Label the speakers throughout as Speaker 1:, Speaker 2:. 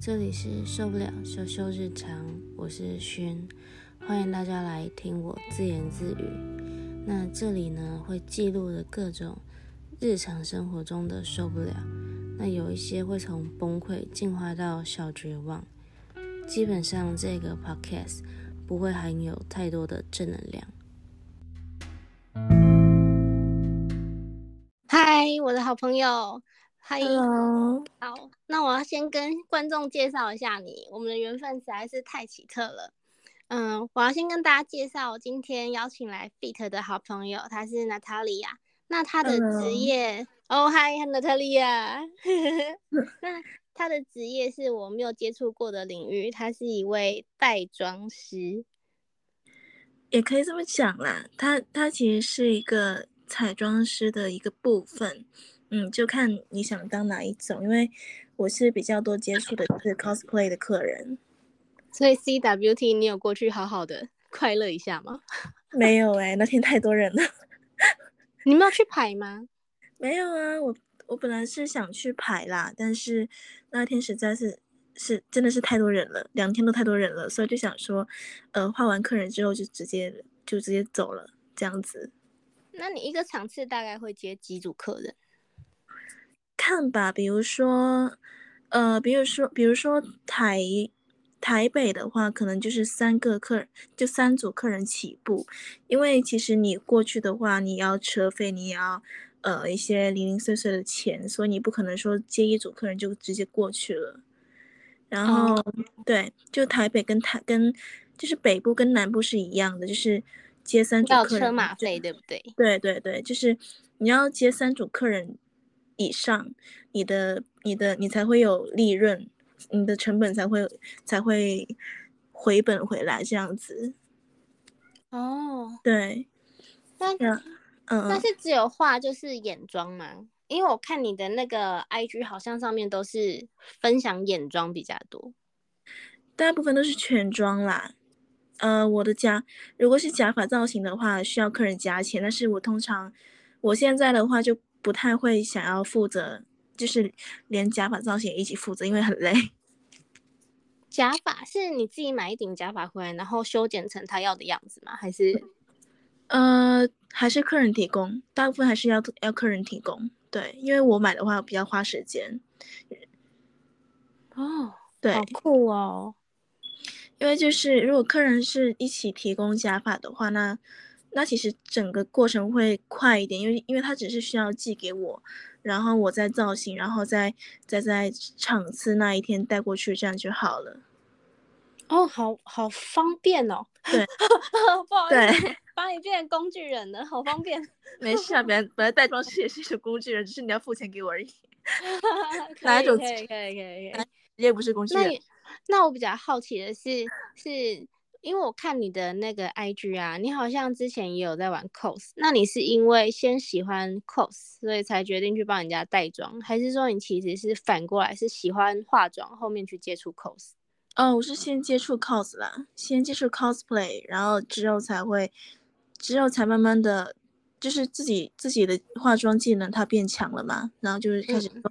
Speaker 1: 这里是受不了羞羞日常，我是轩，欢迎大家来听我自言自语。那这里呢会记录了各种日常生活中的受不了，那有一些会从崩溃进化到小绝望。基本上这个 podcast 不会含有太多的正能量。
Speaker 2: 嗨，我的好朋友，嗨，
Speaker 3: Hello，
Speaker 2: 好，那我要先跟观众介绍一下你，我们的缘分实在是太奇特了。嗯，我要先跟大家介绍，我今天邀请来 Fit 的好朋友，她是娜塔莉亚。那她的
Speaker 3: Hello
Speaker 2: 职业，哦嗨，娜塔莉亚。 那她的职业是我没有接触过的领域，她是一位带妆师。
Speaker 3: 也可以这么讲啦。它它其实是一个彩妆师的一个部分，嗯，就看你想当哪一种。因为我是比较多接触的是 cosplay 的客人，
Speaker 2: 所以 CWT，你有过去好好的快乐一下吗？
Speaker 3: 没有哎、那天太多人了，
Speaker 2: 你们有去排吗？
Speaker 3: 没有啊。我我本来是想去排啦，但是那天实在是是真的是太多人了，两天都太多人了，所以就想说，呃，画完客人之后就直接就直接走了这样子。
Speaker 2: 那你一个场次大概会接几组客人？
Speaker 3: 看吧，比如说，呃，比如说，比如说台台北的话，可能就是三个客人，就三组客人起步，因为其实你过去的话，你要车费，你也要呃一些零零碎碎的钱，所以你不可能说接一组客人就直接过去了。然
Speaker 2: 哦
Speaker 3: 后，对，就台北跟台跟就是北部跟南部是一样的，就是接三组
Speaker 2: 要
Speaker 3: 客人啊
Speaker 2: 车马
Speaker 3: 就
Speaker 2: 费，对不对？
Speaker 3: 对对对，就是你要接三组客人以上，你的你的你才会有利润，你的成本才会才会回本回来这样子。
Speaker 2: 哦，
Speaker 3: 对，
Speaker 2: 那
Speaker 3: 对啊嗯，
Speaker 2: 那
Speaker 3: 嗯
Speaker 2: 是只有画就是眼妆吗？因为我看你的那个 IG 好像上面都是分享眼妆比较多。
Speaker 3: 大部分都是全妆啦。呃，我的假，如果是假发造型的话，需要客人加钱，但是我通常我现在的话就不太会想要负责，就是连假发造型也一起负责，因为很累。
Speaker 2: 假发是你自己买一顶假发回来，然后修剪成他要的样子吗？还是
Speaker 3: 呃，还是客人提供，大部分还是要要客人提供。对，因为我买的话比较花时间。
Speaker 2: 哦，
Speaker 3: 对，
Speaker 2: 好酷哦！
Speaker 3: 因为就是如果客人是一起提供假发的话，那那其实整个过程会快一点，因为因为他只是需要寄给我，然后我再造型，然后再再在场次那一天带过去，这样就好了。
Speaker 2: 哦，好好方便哦。
Speaker 3: 对，
Speaker 2: 不好意思
Speaker 3: 对，
Speaker 2: 把你变成工具人了，好方便。
Speaker 3: 没事啊，本来本来带妆师也是一种工具人，只是你要付钱给我而已，
Speaker 2: 可
Speaker 3: 哪
Speaker 2: 以
Speaker 3: 一种
Speaker 2: 可以可以可以可以。
Speaker 3: 也不是工具
Speaker 2: 那
Speaker 3: 人。
Speaker 2: 你那我比较好奇的是，是因为我看你的那个 IG 啊，你好像之前也有在玩 cos，那你是因为先喜欢 cos，所以才决定去帮人家带妆，还是说你其实是反过来是喜欢化妆，后面去接触 cos？
Speaker 3: 哦，我是先接触 cos 啦，先接触 cosplay，然后之后才会，之后才慢慢的，就是自己自己的化妆技能它变强了嘛，然后就是开始说，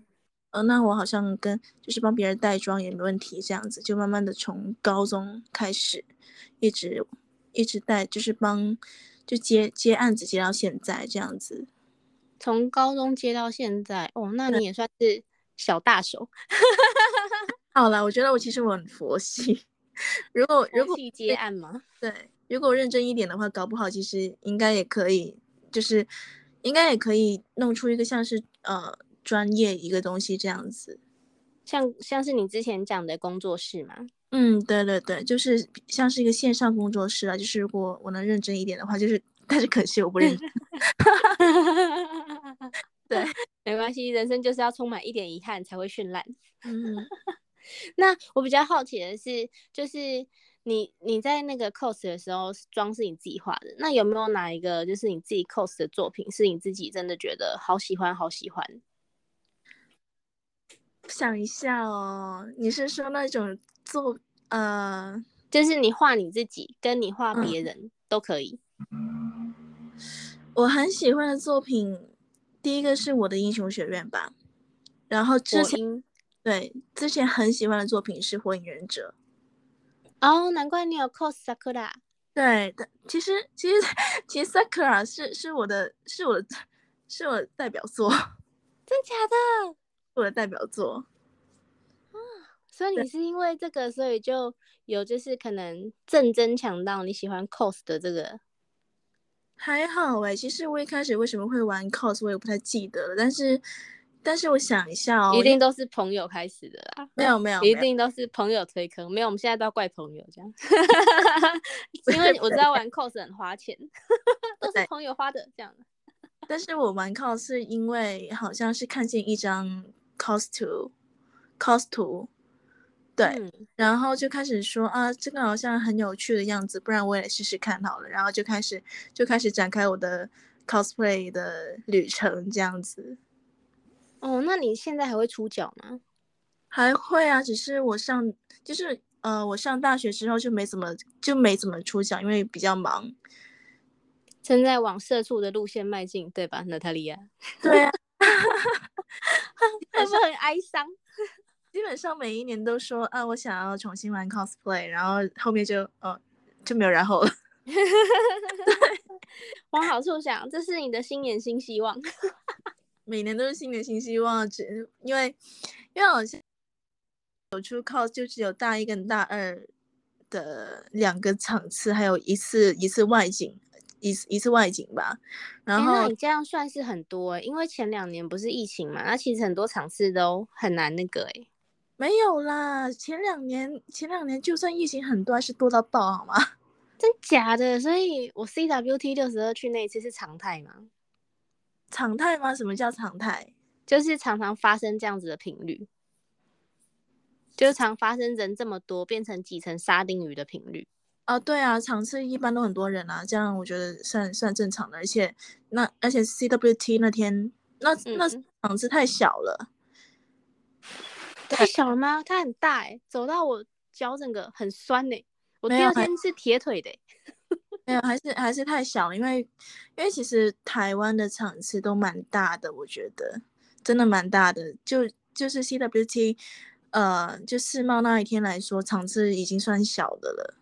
Speaker 3: 呃，那我好像跟就是帮别人带妆也没问题，这样子就慢慢的从高中开始，一直一直带，就是帮就接接案子接到现在这样子。
Speaker 2: 从高中接到现在，哦，那你也算是小大手，
Speaker 3: 好啦，我觉得我其实我很佛系， 如果如果
Speaker 2: 去接案吗？
Speaker 3: 对，如果认真一点的话，搞不好其实应该也可以，就是应该也可以弄出一个像是呃专业一个东西这样子。
Speaker 2: 像像是你之前讲的工作室吗？
Speaker 3: 嗯，对对对，就是像是一个线上工作室啊，就是如果我能认真一点的话，就是但是可惜我不认真。 对，
Speaker 2: 没关系，人生就是要充满一点遗憾才会绚烂。
Speaker 3: 嗯，
Speaker 2: 那我比较好奇的是，就是你你在那个 cos 的时候，妆是你自己画的，那有没有哪一个就是你自己 cos 的作品是你自己真的觉得好喜欢，好喜欢？
Speaker 3: 想一下哦，你是说那种做呃
Speaker 2: 就是你画你自己，跟你画
Speaker 3: 嗯
Speaker 2: 别人、都可以。
Speaker 3: 我很喜欢的作品，第一个是我的英雄学院吧，然后之
Speaker 2: 我
Speaker 3: 前
Speaker 2: 因
Speaker 3: 对，之前很喜欢的作品是《火影忍者》。
Speaker 2: 哦，难怪你有 cos Sakura。
Speaker 3: 对，但其实其实其实 Sakura 啊是是我的是我的是我的代表作，是
Speaker 2: 真假的？
Speaker 3: 我的代表作。
Speaker 2: 所以你是因为这个，所以就有就是可能正增强到你喜欢 cos 的这个
Speaker 3: 还好哎、其实我一开始为什么会玩 cos，我也不太记得了。但是，但是我想一下哦，
Speaker 2: 一定都是朋友开始的啦，
Speaker 3: 没有没有，
Speaker 2: 一
Speaker 3: 没有
Speaker 2: 定都是朋友推坑，没有，我们现在都要怪朋友 这样，因为我知道玩 cos 很花钱，都是朋友花的这样。
Speaker 3: 但是我玩 cos 是因为好像是看见一张 cos 图，cos 图，对，
Speaker 2: 嗯
Speaker 3: 然后就开始说啊，这个好像很有趣的样子，不然我也来试试看好了。然后就开始就开始展开我的 cosplay 的旅程，这样子。
Speaker 2: 哦，那你现在还会出脚吗？
Speaker 3: 还会啊，只是我上就是呃，我上大学之后就没怎么就没怎么出奖，因为比较忙。
Speaker 2: 正在往社畜的路线迈进，对吧，娜塔莉亚？
Speaker 3: 对啊，
Speaker 2: 会不会 很哀伤？
Speaker 3: 基本上每一年都说啊，我想要重新玩 cosplay，然后后面就呃就没有然后了。
Speaker 2: 往好处想，这是你的新年新希望。
Speaker 3: 每年都是新年新希望，只因为因为好像有出 cos 就只有大一跟大二的两个场次，还有一次一次外景，一次一次外景吧。然
Speaker 2: 哎、
Speaker 3: 后、
Speaker 2: 那你这样算是很多、欸，因为前两年不是疫情嘛，那其实很多场次都很难那个哎、
Speaker 3: 没有啦，前两年前两年就算疫情很多，还是多到爆好吗？
Speaker 2: 真假的？所以我 CWT 六十二去那一次是常态嘛，
Speaker 3: 常态吗？什么叫常态？
Speaker 2: 就是常常发生这样子的频率，就是常发生人这么多变成挤成沙丁鱼的频率。
Speaker 3: 啊，对啊，场次一般都很多人啊，这样我觉得算算正常的。而且那而且 CWT 那天那那
Speaker 2: 嗯
Speaker 3: 场次太小了，
Speaker 2: 太小了吗？它很大哎、走到我脚整个很酸呢、欸我第
Speaker 3: 没有
Speaker 2: 二
Speaker 3: 还
Speaker 2: 天是铁腿的欸、
Speaker 3: 没有还是还是太小了，因为因为其实台湾的场次都蛮大的，我觉得真的蛮大的。就就是 CWT，呃，就世贸那一天来说，场次已经算小的了。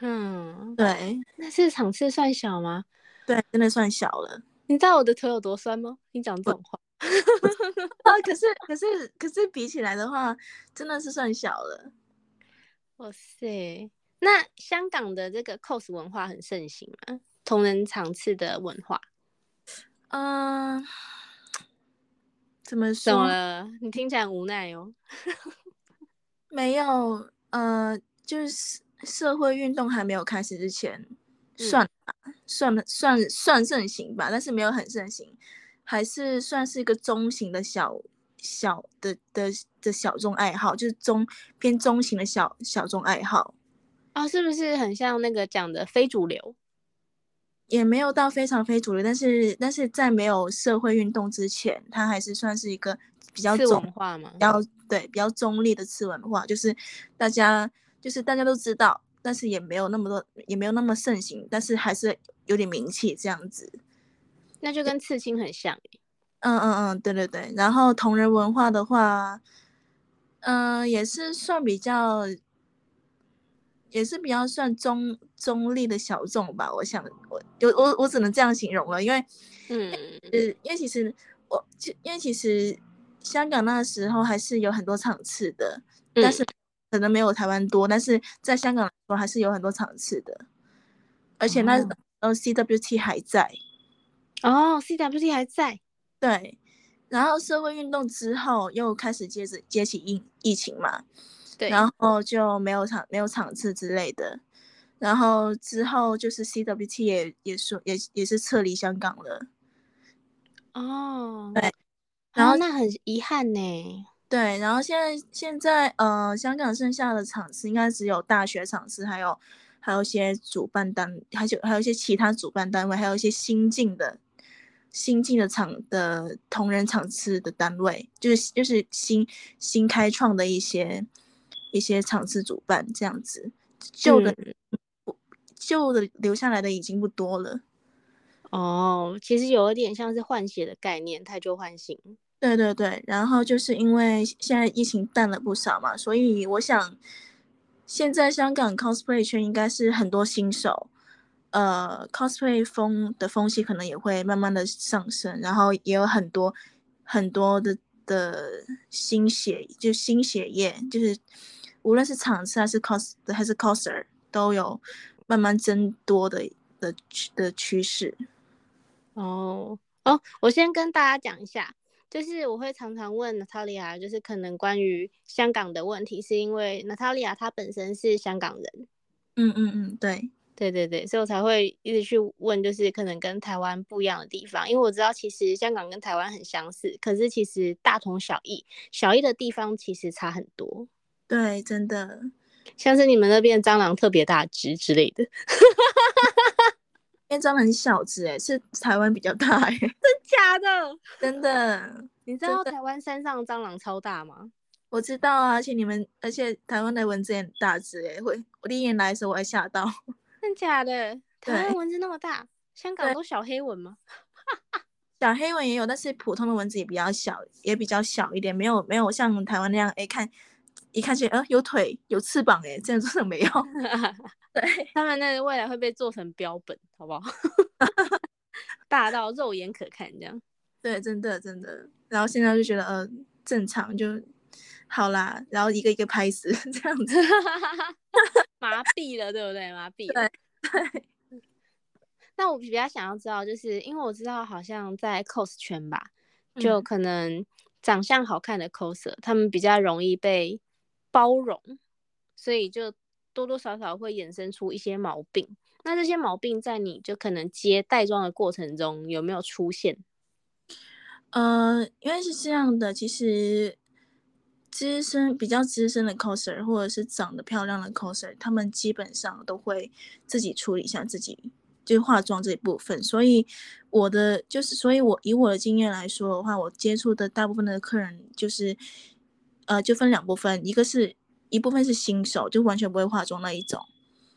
Speaker 2: 嗯，
Speaker 3: 对
Speaker 2: 那是场次算小吗？
Speaker 3: 对，真的算小了。
Speaker 2: 你知道我的腿有多酸吗？你讲这种话。
Speaker 3: 啊，可是可是可是比起来的话，真的是算小了。
Speaker 2: 哇塞，那香港的这个 cos 文化很盛行吗？同人场次的文化
Speaker 3: 嗯、 怎么
Speaker 2: 怎么
Speaker 3: 说？
Speaker 2: 了？你听起来很无奈哦。
Speaker 3: 没有，呃，就是社会运动还没有开始之前，
Speaker 2: 嗯
Speaker 3: 算吧算了算算盛行吧，但是没有很盛行，还是算是一个中型的小小的的的小众爱好，就是中偏中型的小小众爱好，
Speaker 2: 哦，是不是很像那个讲的非主流？
Speaker 3: 也没有到非常非主流，但是但是在没有社会运动之前，它还是算是一个比较
Speaker 2: 次
Speaker 3: 中
Speaker 2: 文化吗
Speaker 3: 比？较对比较中立的次文化，就是大家就是大家都知道，但是也没有那么多，也没有那么盛行，但是还是有点名气这样子。
Speaker 2: 那就跟刺青很像欸。
Speaker 3: 嗯嗯嗯，对对对。然后同人文化的话，嗯、也是算比较，也是比较算中中立的小众吧。我想，我我我我只能这样形容了，因为
Speaker 2: 嗯，
Speaker 3: 呃，因为其实我，其因为其实香港那时候还是有很多场次的，但
Speaker 2: 嗯
Speaker 3: 是可能没有台湾多，但是在香港来说还是有很多场次的，而且那时
Speaker 2: 哦
Speaker 3: 候 CWT 还在，
Speaker 2: 哦，CWT 还在。
Speaker 3: 对，然后社会运动之后又开始接着接起疫疫情嘛，
Speaker 2: 对，
Speaker 3: 然后就没有场没有场次之类的，然后之后就是 CWT 也也说也也是撤离香港了。
Speaker 2: 哦，
Speaker 3: 对
Speaker 2: 哦，
Speaker 3: 然后
Speaker 2: 那很遗憾呢。
Speaker 3: 对，然后现在现在呃，香港剩下的场次应该只有大学场次，还有还有一些主办单，还有还有一些其他主办单位，还有一些新进的新进的场的同人场次的单位，就是就是新新开创的一些一些场次主办这样子，旧的、
Speaker 2: 嗯
Speaker 3: 旧的留下来的已经不多了。
Speaker 2: 哦，其实有一点像是换血的概念，太旧换新。
Speaker 3: 对对对，然后就是因为现在疫情淡了不少嘛，所以我想，现在香港 cosplay 圈应该是很多新手，呃，cosplay 风的风气可能也会慢慢的上升，然后也有很多很多的的新血，就新血液，就是无论是场次还是 cos 还是 coser 都有慢慢增多的的的趋势。
Speaker 2: 哦哦，我先跟大家讲一下，就是我会常常问娜塔莉亚，就是可能关于香港的问题，是因为娜塔莉亚她本身是香港人，
Speaker 3: 嗯嗯嗯，对，
Speaker 2: 对对对，所以我才会一直去问，就是可能跟台湾不一样的地方，因为我知道其实香港跟台湾很相似，可是其实大同小异，小异的地方其实差很多，
Speaker 3: 对，真的。
Speaker 2: 像是你们那边蟑螂特别大只之类的，
Speaker 3: 因为蟑螂很小只，哎，是台湾比较大，哎，
Speaker 2: 假的？
Speaker 3: 真的，
Speaker 2: 你知道台湾山上蟑螂超大吗？
Speaker 3: 我知道啊。而且你们，而且台湾的蚊子也很大只，哎，会，我第一眼来的时候我还吓到。
Speaker 2: 真假的？台湾
Speaker 3: 对
Speaker 2: 蚊子那么大，香港
Speaker 3: 对
Speaker 2: 都小黑蚊 吗？
Speaker 3: 小黑蚊也有，但是普通的蚊子也比较小，也比较小一点，没有没有像台湾那样，哎，看一看去，呃，有腿有翅膀，哎，这样真的没有。 对，
Speaker 2: 他们那个未来会被做成标本，好不 好？大到肉眼可看这样。
Speaker 3: 对，真的真的。然后现在就觉得，呃，正常就好啦，然后一个一个拍死 这样子。
Speaker 2: 麻痹了，对不对？麻痹了。 那我比较想要知道，就是因为我知道好像在 cos 圈吧，就
Speaker 3: 嗯
Speaker 2: 可能长相好看的 coser，、他们比较容易被包容，所以就多多少少会衍生出一些毛病。那这些毛病在你就可能接带妆的过程中有没有出现？
Speaker 3: 呃，因为是这样的，其实资深比较资深的 coser 或者是长得漂亮的 coser，他们基本上都会自己处理一下自己，就是化妆这一部分。所以我的就是，所以我以我的经验来说的话，我接触的大部分的客人就是，呃，就分两部分，一个是一部分是新手，就完全不会化妆那一种。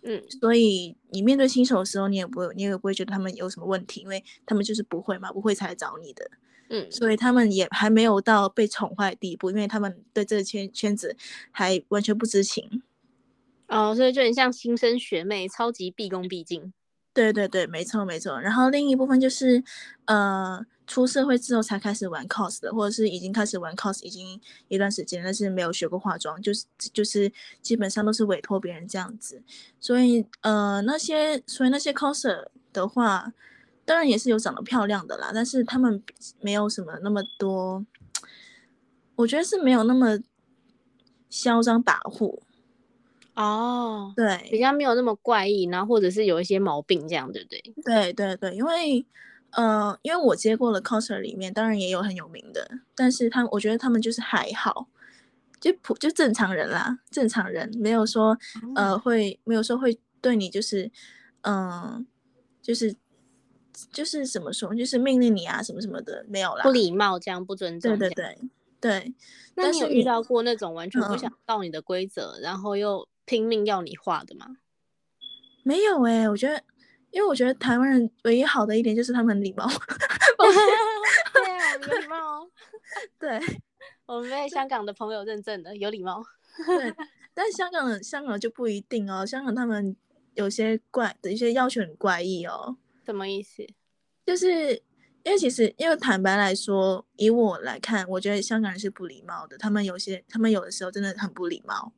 Speaker 2: 嗯，
Speaker 3: 所以你面对新手的时候，你也不会，你也不会觉得他们有什么问题，因为他们就是不会嘛，不会才来找你的。
Speaker 2: 嗯
Speaker 3: 所以他们也还没有到被宠坏的地步，因为他们对这个圈圈子还完全不知情。
Speaker 2: 哦，所以就很像新生学妹，超级毕恭毕敬。
Speaker 3: 对对对，没错没错。然后另一部分就是，呃，出社会之后才开始玩 cos 的，或者是已经开始玩 cos 已经一段时间，但是没有学过化妆，就是就是基本上都是委托别人这样子。所以呃，那些所以那些 coser 的话，当然也是有长得漂亮的啦，但是他们比没有什么那么多，我觉得是没有那么嚣张跋扈。
Speaker 2: 哦，
Speaker 3: 对，
Speaker 2: 比较没有那么怪异，然后或者是有一些毛病这样，对不对？
Speaker 3: 对对对，因为呃，因为我接过的 coser 里面，当然也有很有名的，但是他们我觉得他们就是还好，就普就正常人啦，正常人没有说呃会没有说会对你就是嗯、呃就是就是怎么说，就是命令你啊什么什么的没有啦
Speaker 2: 不。礼貌这样，不尊重
Speaker 3: 对
Speaker 2: 这
Speaker 3: 对
Speaker 2: 样。
Speaker 3: 对对，
Speaker 2: 那
Speaker 3: 但
Speaker 2: 你
Speaker 3: 是
Speaker 2: 有遇
Speaker 3: 你
Speaker 2: 到过那种完全不
Speaker 3: 嗯
Speaker 2: 想到你的规则，然后又拼命要你画的 吗？
Speaker 3: 没有诶、我觉得。因为我觉得台湾人唯一好的一点就是他们很礼貌，
Speaker 2: 对啊，有礼貌哦。
Speaker 3: 对，
Speaker 2: 我们被香港的朋友认证了，有礼貌。
Speaker 3: 对，但香港人香港就不一定哦，香港他们有些怪的一些要求很怪异哦，
Speaker 2: 什么意思？
Speaker 3: 就是因为其实因为坦白来说，以我来看，我觉得香港人是不礼貌的，他们有些他们有的时候真的很不礼貌。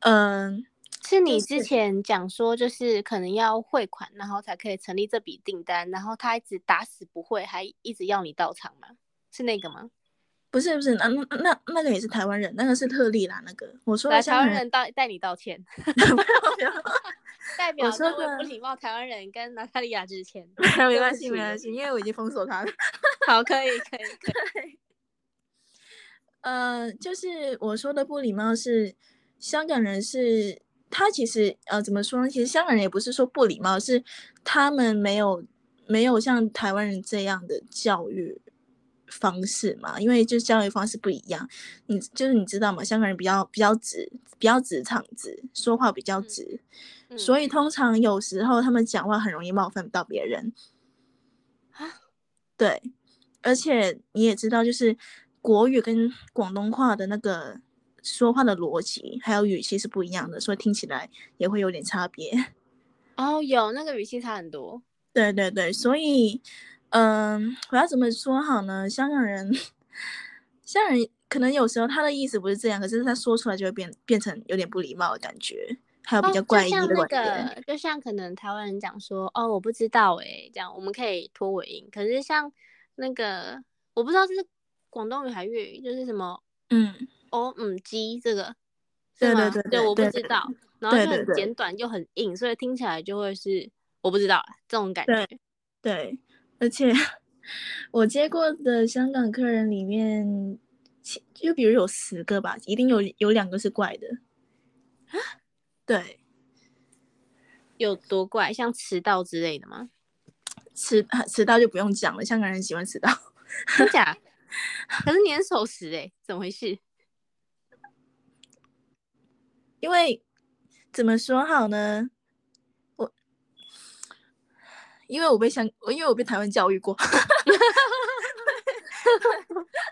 Speaker 3: 嗯，
Speaker 2: 是你
Speaker 3: 就
Speaker 2: 之
Speaker 3: 是
Speaker 2: 前讲说，就是可能要汇款，然后才可以成立这笔订单，然后他一直打死不会，还一直要你到场吗？是那个吗？
Speaker 3: 不是不是，那那那那个也是台湾人，那个是特例啦，那个我说
Speaker 2: 来，
Speaker 3: 的香
Speaker 2: 台
Speaker 3: 港
Speaker 2: 湾
Speaker 3: 人
Speaker 2: 人道带你道歉。
Speaker 3: 没有没有
Speaker 2: 代表
Speaker 3: 说
Speaker 2: 各位
Speaker 3: 的
Speaker 2: 不礼貌台湾人跟娜塔莉亚之前，
Speaker 3: 没有没
Speaker 2: 对
Speaker 3: 关
Speaker 2: 不
Speaker 3: 系没
Speaker 2: 起
Speaker 3: 关系，因为我已经封锁他了。
Speaker 2: 好，可以，可以，可以。
Speaker 3: 呃，就是我说的不礼貌是，香港人是他其实呃怎么说呢？其实香港人也不是说不礼貌，是他们没有没有像台湾人这样的教育方式嘛，因为就教育方式不一样。你就是你知道吗？香港人比较比较直，比较直肠子，说话比较
Speaker 2: 嗯
Speaker 3: 直，所
Speaker 2: 以
Speaker 3: 以通常有时候他们讲话很容易冒犯到别人。
Speaker 2: 啊，
Speaker 3: 对，而且你也知道，就是国语跟广东话的那个说话的逻辑还有语气是不一样的，所以听起来也会有点差别。
Speaker 2: 哦，有那个语气差很多。
Speaker 3: 对对对，所以，嗯、我要怎么说好呢？香港人，香港人可能有时候他的意思不是这样，可是他说出来就会变变成有点不礼貌的感觉，还有比较怪异
Speaker 2: 哦、
Speaker 3: 的
Speaker 2: 就
Speaker 3: 感
Speaker 2: 像那
Speaker 3: 觉。
Speaker 2: 个，就像可能台湾人讲说，哦，我不知道哎、这样我们可以拖尾音。可是像那个，我不知道这是广东语还粤语，就是什么
Speaker 3: 嗯，
Speaker 2: 哦嗯鸡这个，
Speaker 3: 对
Speaker 2: 是吗
Speaker 3: 对对
Speaker 2: 对，
Speaker 3: 对
Speaker 2: 我不
Speaker 3: 对
Speaker 2: 知
Speaker 3: 对
Speaker 2: 道，然后
Speaker 3: 对
Speaker 2: 就
Speaker 3: 对
Speaker 2: 很
Speaker 3: 对
Speaker 2: 简短又很硬，所以听起来就会是我不知道啊这种感觉
Speaker 3: 对。对，而且我接过的香港客人里面，其就比如有十个吧，一定有有两个是怪的。啊对，
Speaker 2: 有多怪，像迟到之类的吗？
Speaker 3: 迟迟到就不用讲了，香港人喜欢迟到。
Speaker 2: 真假？ 可是你很守时哎、怎么回事？
Speaker 3: 因为怎么说好呢？我 因为我被香，因为我被台湾教育过，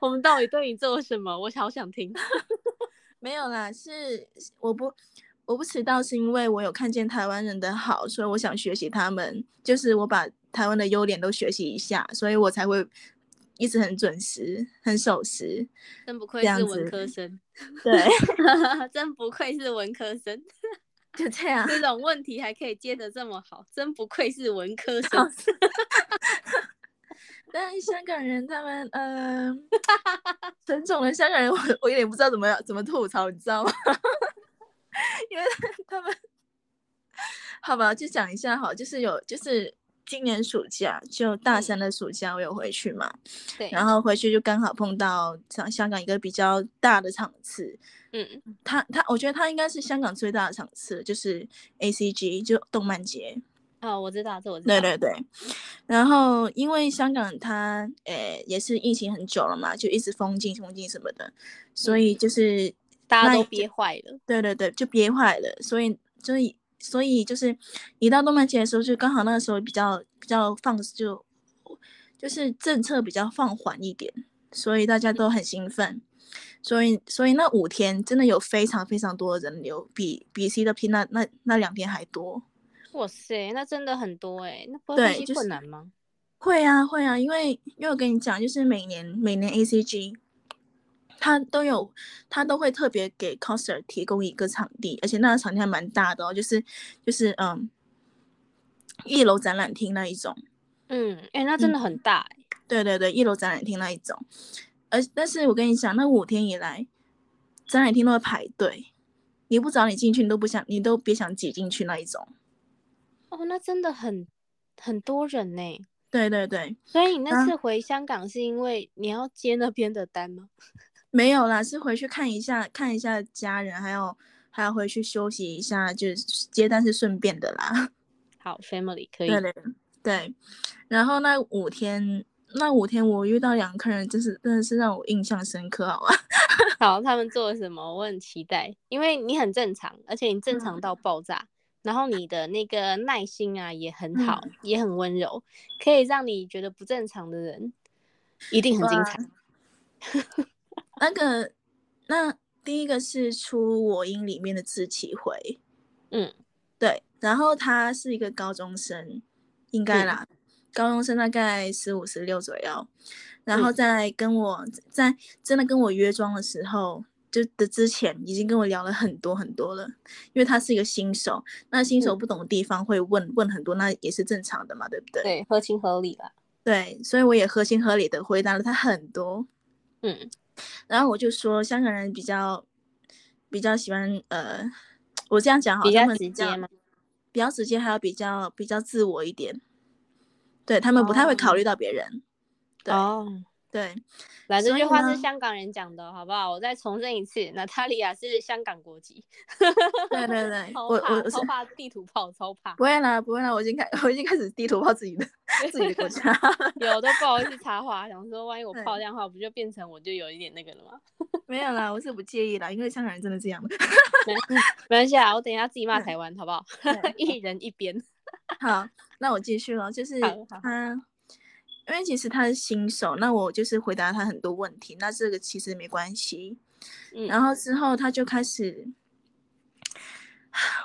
Speaker 2: 我们到底对你做了什么？我好想听。
Speaker 3: 没有啦，是我不我不迟到是因为我有看见台湾人的好，所以我想学习他们，就是我把台湾的优点都学习一下，所以我才会一直很准时、很守时。
Speaker 2: 真不愧
Speaker 3: 这样
Speaker 2: 是文
Speaker 3: 子
Speaker 2: 科生，
Speaker 3: 对，
Speaker 2: 真不愧是文科生，
Speaker 3: 就这样。
Speaker 2: 这种问题还可以接得这么好，真不愧是文科生。
Speaker 3: 但香港人他们，呃，纯种的香港人我，我有点不知道怎么怎么吐槽，你知道吗？ 因为他们，好吧，就讲一下好，就是有就是今年暑假，就大三的暑假，我有回去嘛，
Speaker 2: 对，
Speaker 3: 然后回去就刚好碰到像香港一个比较大的场次，
Speaker 2: 嗯，
Speaker 3: 他他我觉得他应该是香港最大的场次了，就是 ACG 就动漫节，
Speaker 2: 哦，我知道，这我知道。
Speaker 3: 对对对，然后因为香港它诶也是疫情很久了嘛，就一直封禁封禁什么的，所以就是
Speaker 2: 大家
Speaker 3: 那
Speaker 2: 都
Speaker 3: 一
Speaker 2: 憋坏了。
Speaker 3: 对对对，就憋坏了，所以所以所以就是一到动漫节的时候，就刚好那个时候比较比较放就就是政策比较放缓一点，所以大家都很兴奋，所以所以那五天真的有非常非常多的人流，比比 C 的 P 那那那两天还多。
Speaker 2: 哇塞，那真的很多哎、那不会
Speaker 3: 对
Speaker 2: 呼吸
Speaker 3: 就是
Speaker 2: 困难吗？
Speaker 3: 会啊，会啊，因为因为我跟你讲，就是每年每年 ACG，它都有它都会特别给 coser 提供一个场地，而且那个场地还蛮大的哦，就是就是嗯，一楼展览厅那一种，
Speaker 2: 嗯，哎、那真的很大、欸。
Speaker 3: 对对对，一楼展览厅那一种，而但是我跟你讲，那五天以来，展览厅都会排队，你不找你进去，你都不想，你都别想挤进去那一种，
Speaker 2: 哦，那真的很很多人呢、
Speaker 3: 对对对，
Speaker 2: 所以你那
Speaker 3: 啊
Speaker 2: 次回香港是因为你要接那边的单吗？
Speaker 3: 没有啦，是回去看一下看一下家人，还有还要回去休息一下，就是接单是顺便的啦。
Speaker 2: 好，family 可以。
Speaker 3: 对对对，然后那五天那五天我遇到两个客人，真是真的是让我印象深刻，啊 好吧？
Speaker 2: 好，他们做了什么？我很期待，因为你很正常，而且你正
Speaker 3: 嗯
Speaker 2: 常到爆炸，然后你的那个耐心啊也很好，
Speaker 3: 嗯
Speaker 2: 也很温柔，可以让你觉得不正常的人一定很精彩。
Speaker 3: 那个那第一个是出我音里面的自己回，
Speaker 2: 嗯，
Speaker 3: 对，然后他是一个高中生，应该
Speaker 2: 嗯
Speaker 3: 啦，高中生大概十五十六左右，然后
Speaker 2: 嗯
Speaker 3: 在跟我在真的跟我约妆的时候，就的之前已经跟我聊了很多很多了，因为他是一个新手，那新手
Speaker 2: 嗯
Speaker 3: 不懂的地方会问问很多，那也是正常的嘛，对不对？
Speaker 2: 对，合情合理啦。
Speaker 3: 对，所以我也合情合理的回答了他很多，
Speaker 2: 嗯，
Speaker 3: 然后我就说香港人比较比较喜欢呃，我这样讲好，
Speaker 2: 比
Speaker 3: 他
Speaker 2: 较
Speaker 3: 们
Speaker 2: 直
Speaker 3: 较
Speaker 2: 接嘛。
Speaker 3: 比较直接，还有比较比较自我一点。对他们不太会考虑到别人。对、
Speaker 2: 哦，
Speaker 3: 对，
Speaker 2: 来，这
Speaker 3: 所
Speaker 2: 句
Speaker 3: 以
Speaker 2: 话是
Speaker 3: 呢
Speaker 2: 香港人讲的，好不好？我再重申一次，娜塔莉亚是香港国籍。
Speaker 3: 对对对，
Speaker 2: 超
Speaker 3: 我
Speaker 2: 怕，哦
Speaker 3: 我我是
Speaker 2: 超怕地图炮，超怕
Speaker 3: 不。会啦，不会啦，我已经开我已经开始地图炮自己的 自己的国家。
Speaker 2: 有都不好意思插话，想说万一我
Speaker 3: 对
Speaker 2: 炮这样的话，不就变成我就有一点那个了吗？
Speaker 3: 没有啦，我是不介意啦，因为香港人真的这样的。
Speaker 2: 没没关系啊，我等一下自己骂
Speaker 3: 对
Speaker 2: 台湾，好不好？
Speaker 3: 对
Speaker 2: 一人一边。
Speaker 3: 好，那我继续了，就是
Speaker 2: 好好
Speaker 3: 他因为其实他是新手，那我就是回答他很多问题，那这个其实没关系。
Speaker 2: 嗯
Speaker 3: 然后之后他就开始，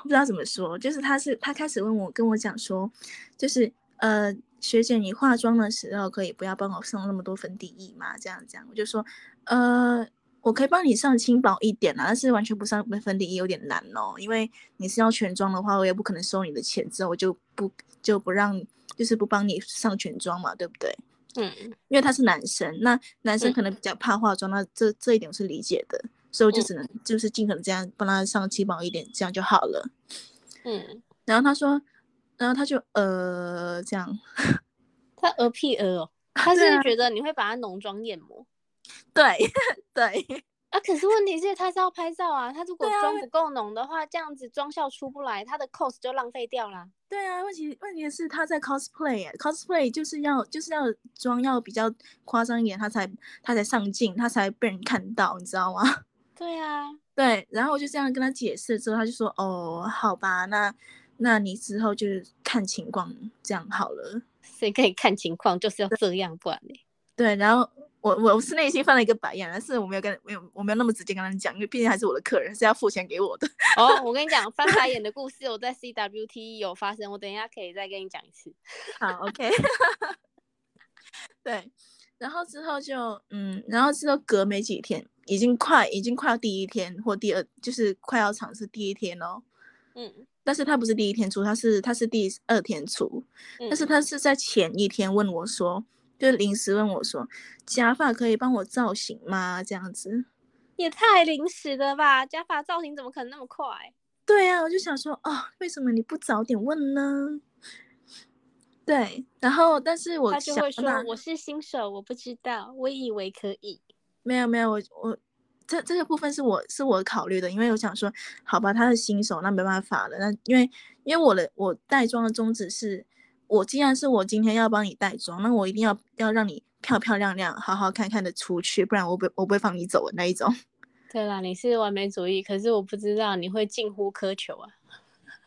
Speaker 3: 不知道怎么说，就是他是他开始问我跟我讲说，就是呃学姐你化妆的时候可以不要帮我上那么多粉底液嘛，这样这样，我就说呃我可以帮你上轻薄一点啊，但是完全不上粉底液有点难哦，因为你是要全妆的话，我也不可能收你的钱，之后我就不就不让就是不帮你上全妆嘛，对不对？
Speaker 2: 嗯
Speaker 3: 因为他是男生，那男生
Speaker 2: 嗯
Speaker 3: 可能比较怕化妆，那这这一点我是理解的，所以我就
Speaker 2: 嗯
Speaker 3: 只能就是尽可能这样帮他上轻薄一点，这样就好了。
Speaker 2: 嗯，
Speaker 3: 然后他说，然后他就呃这样，
Speaker 2: 他鹅屁鹅哦，他
Speaker 3: 对
Speaker 2: 是
Speaker 3: 啊
Speaker 2: 觉得你会把它浓妆艳抹
Speaker 3: 对 对
Speaker 2: 啊。可是问题是他是要拍照啊，他如果
Speaker 3: 对啊
Speaker 2: 妆不够浓的话，这样子妆效出不来，他的 cos 就浪费掉啦。
Speaker 3: 对啊，问题问题是他在 cosplay，耶 cosplay 就是要就是要妆要比较夸张一点，他才他才上镜，他才被人看到，你知道吗？
Speaker 2: 对啊，
Speaker 3: 对，然后我就这样跟他解释之后，他就说：“哦，好吧，那那你之后就是看情况这样好了。
Speaker 2: 所以可以看情况，就是要这样，不然 嘞。”
Speaker 3: 对，然后我我是内心翻了一个白眼，但是我没有跟没有我没有那么直接跟他讲，因为毕竟还是我的客人，是要付钱给我的。
Speaker 2: 哦，我跟你讲，翻白眼的故事我在 CWT E 有发生，我等一下可以再跟你讲一次。
Speaker 3: 好，OK，对，然后之后就嗯，然后之后隔没几天，已经快已经快要第一天或第二，就是快要尝试第一天哦。
Speaker 2: 嗯，
Speaker 3: 但是他不是第一天出，他是他是第二天出，
Speaker 2: 嗯
Speaker 3: 但是他是在前一天问我说，就临时问我说，假发可以帮我造型吗？这样子。
Speaker 2: 也太临时了吧？假发造型怎么可能那么快？
Speaker 3: 对啊，我就想说，哦，为什么你不早点问呢？对，然后但是我
Speaker 2: 他就
Speaker 3: 想
Speaker 2: 会说
Speaker 3: 到
Speaker 2: 我啊是新手，我不知道，我以为可以。
Speaker 3: 没有没有，我我这这个部分是我是我考虑的，因为我想说，好吧，他是新手，那没办法了。那因为因为我的我带妆的宗旨是，我既然是我今天要帮你带妆，那我一定要要让你漂漂亮亮、好好看看的出去，不然我不我不会放你走的那一种。
Speaker 2: 对啦，你是完美主义，可是我不知道你会近乎苛求啊。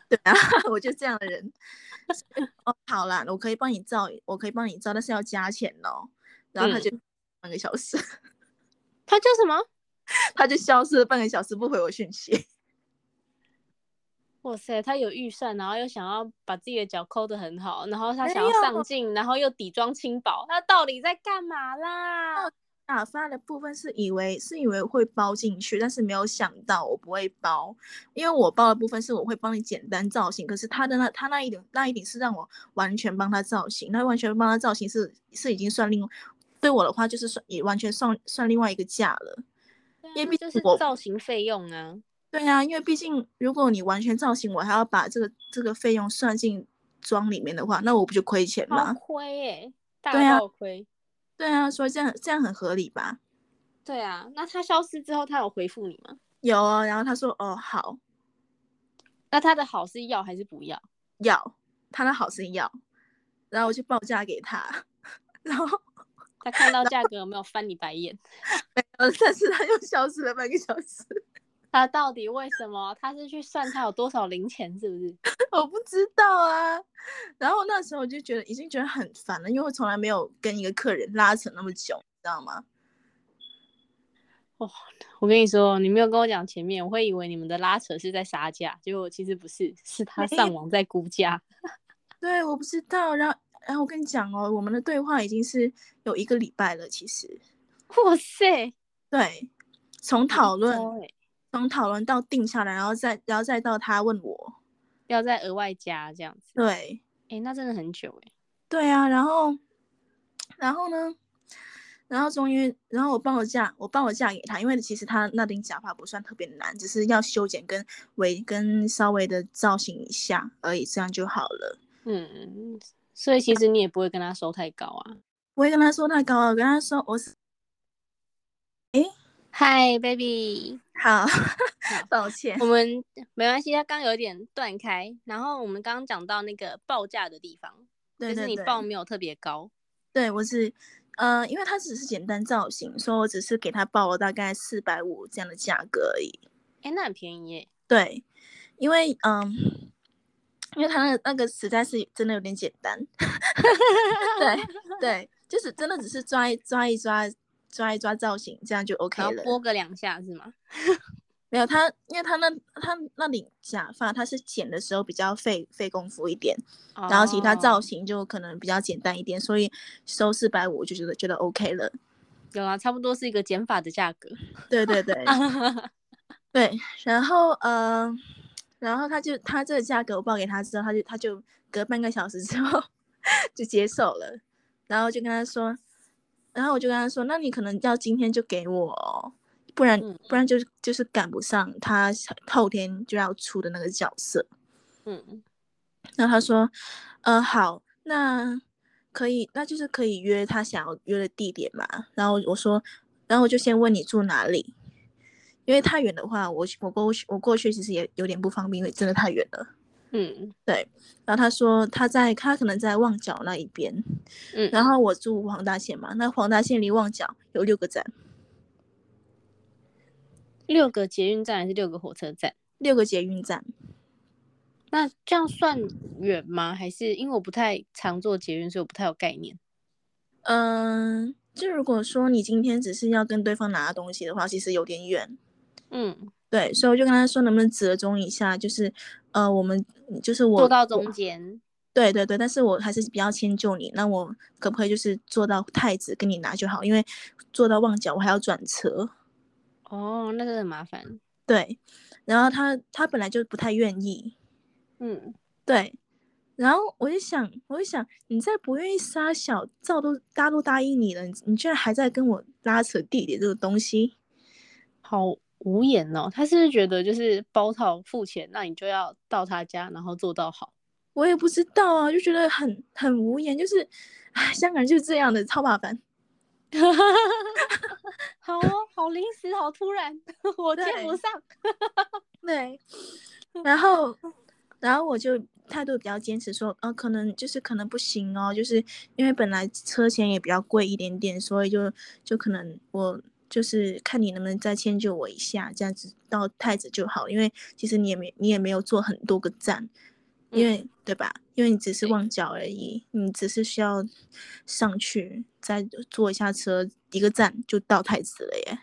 Speaker 3: 我就这样的人。所以哦，好啦，我可以帮你照，我可以帮你照，但是要加钱哦。然后他就 半个小时，
Speaker 2: 他叫什么？
Speaker 3: 他就消失了半个小时，不回我讯息。
Speaker 2: 哇塞，他有预算，然后又想要把自己的脚抠得很好，然后他
Speaker 3: 没
Speaker 2: 想要
Speaker 3: 有
Speaker 2: 上镜，然后又底妆轻薄，他到底在干嘛啦？
Speaker 3: 哦打发的部分是以为是以为会包进去，但是没有想到我不会包，因为我包的部分是我会帮你简单造型，可是他的那他那一点那一点是让我完全帮他造型，那完全帮他造型是是已经算另对我的话就是算也完全算算另外一个价了。
Speaker 2: 对啊
Speaker 3: 因为
Speaker 2: 那
Speaker 3: 毕
Speaker 2: 就
Speaker 3: 竟
Speaker 2: 是
Speaker 3: 我
Speaker 2: 造型费用啊。
Speaker 3: 对呀、因为毕竟如果你完全造型，我还要把这个这个费用算进妆里面的话，那我不就亏钱
Speaker 2: 好
Speaker 3: 吗？
Speaker 2: 亏耶、大
Speaker 3: 对啊
Speaker 2: 爆亏。
Speaker 3: 对啊，所以这样这样很合理吧？
Speaker 2: 对啊，那他消失之后，他有回复你吗？
Speaker 3: 有啊，然后他说哦好
Speaker 2: 那他的好是要还是不要？
Speaker 3: 要，他的好是要，然后我就报价给他，然后
Speaker 2: 他看到价格有没有翻你白眼？
Speaker 3: 呃但是他又消失了半个小时，
Speaker 2: 他到底为什么？他是去算他有多少零钱，是不是？
Speaker 3: 我不知道啊。然后那时候我就觉得已经觉得很烦了，因为我从来没有跟一个客人拉扯那么久，你知道吗？
Speaker 2: 我跟你说，你没有跟我讲前面，我会以为你们的拉扯是在杀价，结果其实不是，是他
Speaker 3: 没
Speaker 2: 上
Speaker 3: 有
Speaker 2: 网在估价。
Speaker 3: 对，我不知道。然后，然后我跟你讲哦，我们的对话已经是有一个礼拜了，其实
Speaker 2: 哇 塞，
Speaker 3: 对，从讨论，
Speaker 2: 欸、
Speaker 3: 从讨论到定下来，然后再，然后再到他问我，
Speaker 2: 要再额外加这样子。
Speaker 3: 对，
Speaker 2: 哎、那真的很久哎、
Speaker 3: 对啊，然后，然后呢，然后终于，然后我报了价，我报了价给他，因为其实他那顶假发不算特别难，只是要修剪跟围跟稍微的造型一下而已，这样就好了。
Speaker 2: 嗯，所以其实你也不会跟他收太高啊。
Speaker 3: 我会跟他说太高了，我跟他说我是
Speaker 2: 嗨，baby。
Speaker 3: 好， 抱歉
Speaker 2: 我，们没关系，它刚有点断开。然后我们刚刚讲到那个报价的地方，
Speaker 3: 对
Speaker 2: 就是
Speaker 3: 对
Speaker 2: 你
Speaker 3: 对。
Speaker 2: 报没有特别高，
Speaker 3: 对，我是，呃，因为它只是简单造型，所以我只是给它报了大概四百五这样的价格而已。
Speaker 2: 哎、那很便宜耶。
Speaker 3: 对，因为嗯， 因为它那个那个实在是真的有点简单。对对，就是真的只是抓一抓一抓抓一抓造型，这样就 OK
Speaker 2: 然后
Speaker 3: 了。
Speaker 2: 拨个两下是吗？
Speaker 3: 没有他，因为他那他那顶假发，他是剪的时候比较费费功夫一点，然后其他造
Speaker 2: 哦
Speaker 3: 型就可能比较简单一点，所以收四百五我就觉得觉得 OK 了。
Speaker 2: 有啊，差不多是一个减法的价格。
Speaker 3: 对对对 对，然后呃，然后他就他这个价格我报给他之后，他就他就隔半个小时之后 就接受了，然后就跟他说，然后我就跟他说，那你可能要今天就给我哦，不然
Speaker 2: 嗯
Speaker 3: 不然就是就是赶不上他后天就要出的那个角色。
Speaker 2: 嗯，
Speaker 3: 然后他说，呃，好，那可以，那就是可以约他想要约的地点嘛。然后我说，然后我就先问你住哪里，因为太远的话，我去我过去我过去其实也有点不方便，因为真的太远了。
Speaker 2: 嗯
Speaker 3: 然后他说他在他可能在旺角那一边，
Speaker 2: 嗯，
Speaker 3: 然后我住黄大仙嘛，那黄大仙离旺角有六个站，
Speaker 2: 六个捷运站还是六个火车站？
Speaker 3: 六个捷运站，
Speaker 2: 那这样算远吗？还是因为我不太常坐捷运，所以我不太有概念。
Speaker 3: 嗯、就如果说你今天只是要跟对方拿东西的话，其实有点远，
Speaker 2: 嗯，
Speaker 3: 对，所以我就跟他说，能不能折中一下，就是，呃，我们就是我
Speaker 2: 坐到
Speaker 3: 我
Speaker 2: 中间。
Speaker 3: 对对对，但是我还是比较迁就你，那我可不可以就是坐到太子跟你拿就好？因为坐到旺角我还要转车，
Speaker 2: 哦，那真的很麻烦。
Speaker 3: 对。然后他他本来就不太愿意，
Speaker 2: 嗯，
Speaker 3: 对。然后我就想，我就想，你再不愿意杀小，照都大家都答应你了，你你居然还在跟我拉扯地点这个东西，
Speaker 2: 好无言哦。他是不是觉得就是包套付钱，那你就要到他家，然后做到好？
Speaker 3: 我也不知道啊，就觉得很很无言，就是，唉，香港人就是这样的，超麻烦。
Speaker 2: 好哦，好临时，好突然， 我接不
Speaker 3: 对
Speaker 2: 上。
Speaker 3: 对，然后，然后我就态度比较坚持说，呃，可能就是可能不行哦，就是因为本来车钱也比较贵一点点，所以就就可能我就是看你能不能再迁就我一下，这样子到太子就好，因为其实你也没你也没有做很多个站，因为、嗯对吧？因为你只是
Speaker 2: 对
Speaker 3: 旺角而已，你只是需要上去再坐一下车，一个站就到太子了耶。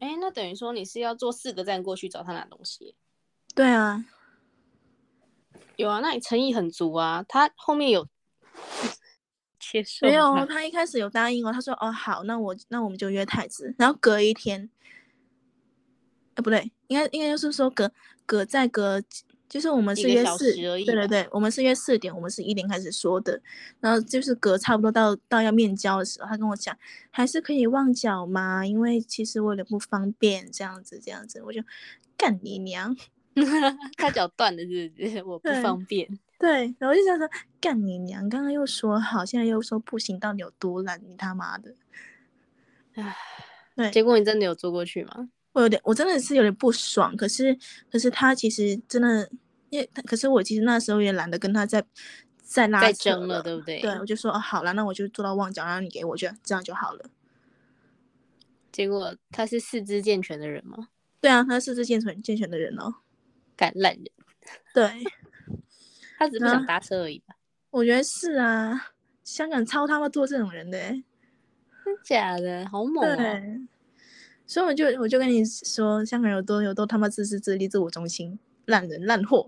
Speaker 2: 哎、那等于说你是要坐四个站过去找他拿东西？
Speaker 3: 对啊，
Speaker 2: 有啊，那你诚意很足啊。他后面有 接受
Speaker 3: 没有
Speaker 2: 吗，
Speaker 3: 他一开始有答应哦，他说哦好，那我那我们就约太子，然后隔一天，呃不对，应该应该就是说隔隔再隔，就是我们
Speaker 2: 一
Speaker 3: 是
Speaker 2: 个
Speaker 3: 约
Speaker 2: 小
Speaker 3: 四，
Speaker 2: 时而
Speaker 3: 对
Speaker 2: 已
Speaker 3: 对
Speaker 2: 吧
Speaker 3: 对，我们是约四点，我们是一点开始说的，然后就是隔差不多到到要面交的时候，他跟我讲还是可以旺角嘛，因为其实我有点不方便这样子这样子，我就干你娘，
Speaker 2: 啊他脚断了是不是？ 我不
Speaker 3: 对
Speaker 2: 方便。
Speaker 3: 对，然后我就想说干你娘，刚刚又说好，现在又说不行，到底有多懒，你他妈的，
Speaker 2: 唉，
Speaker 3: 对。
Speaker 2: 结果你真的有坐过去吗？
Speaker 3: 我有点，我真的是有点不爽。可是，可是他其实真的，因为可是我其实那时候也懒得跟他再再拉
Speaker 2: 再
Speaker 3: 扯
Speaker 2: 争了，对不对？
Speaker 3: 对，我就说哦，好了，那我就做到旺角，然后你给我就这样就好了。
Speaker 2: 结果他是四肢健全的人吗？
Speaker 3: 对啊，他是这健全健全的人哦。
Speaker 2: 橄榄人，
Speaker 3: 对，
Speaker 2: 他只是不想
Speaker 3: 啊
Speaker 2: 搭车而已吧？
Speaker 3: 我觉得是啊，香港超他妈多这种人的欸、
Speaker 2: 真假的，好猛哦！
Speaker 3: 对，所以我就我就跟你说，香港人有多有多他妈自私自利、自我中心、烂人烂货。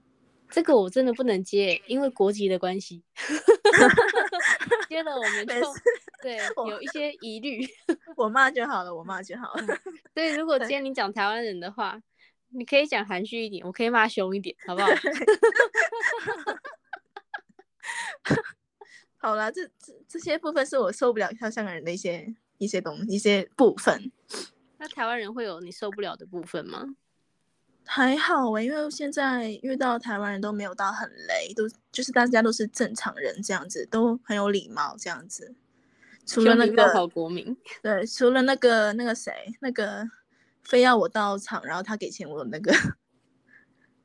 Speaker 2: 这个我真的不能接，欸因为国籍的关 系，接了我们就
Speaker 3: 没事，
Speaker 2: 对
Speaker 3: 我
Speaker 2: 有一些疑虑。
Speaker 3: 我骂就好了，我骂就好了。
Speaker 2: 嗯所以如果今天你讲台湾人的话，你可以讲含蓄一点，我可以骂凶一点，好不好？
Speaker 3: 好啦，这这这些部分是我受不了像香港人的一些一些东一些部分，
Speaker 2: 那台湾人会有你受不了的部分吗？
Speaker 3: 还好诶、因为现在遇到台湾人都没有到很雷，都就是大家都是正常人这样子，都很有礼貌这样子。除了那
Speaker 2: 兄弟抱好
Speaker 3: 个
Speaker 2: 国民，
Speaker 3: 对，除了那个那个谁，那个非要我到场，然后他给钱我那个，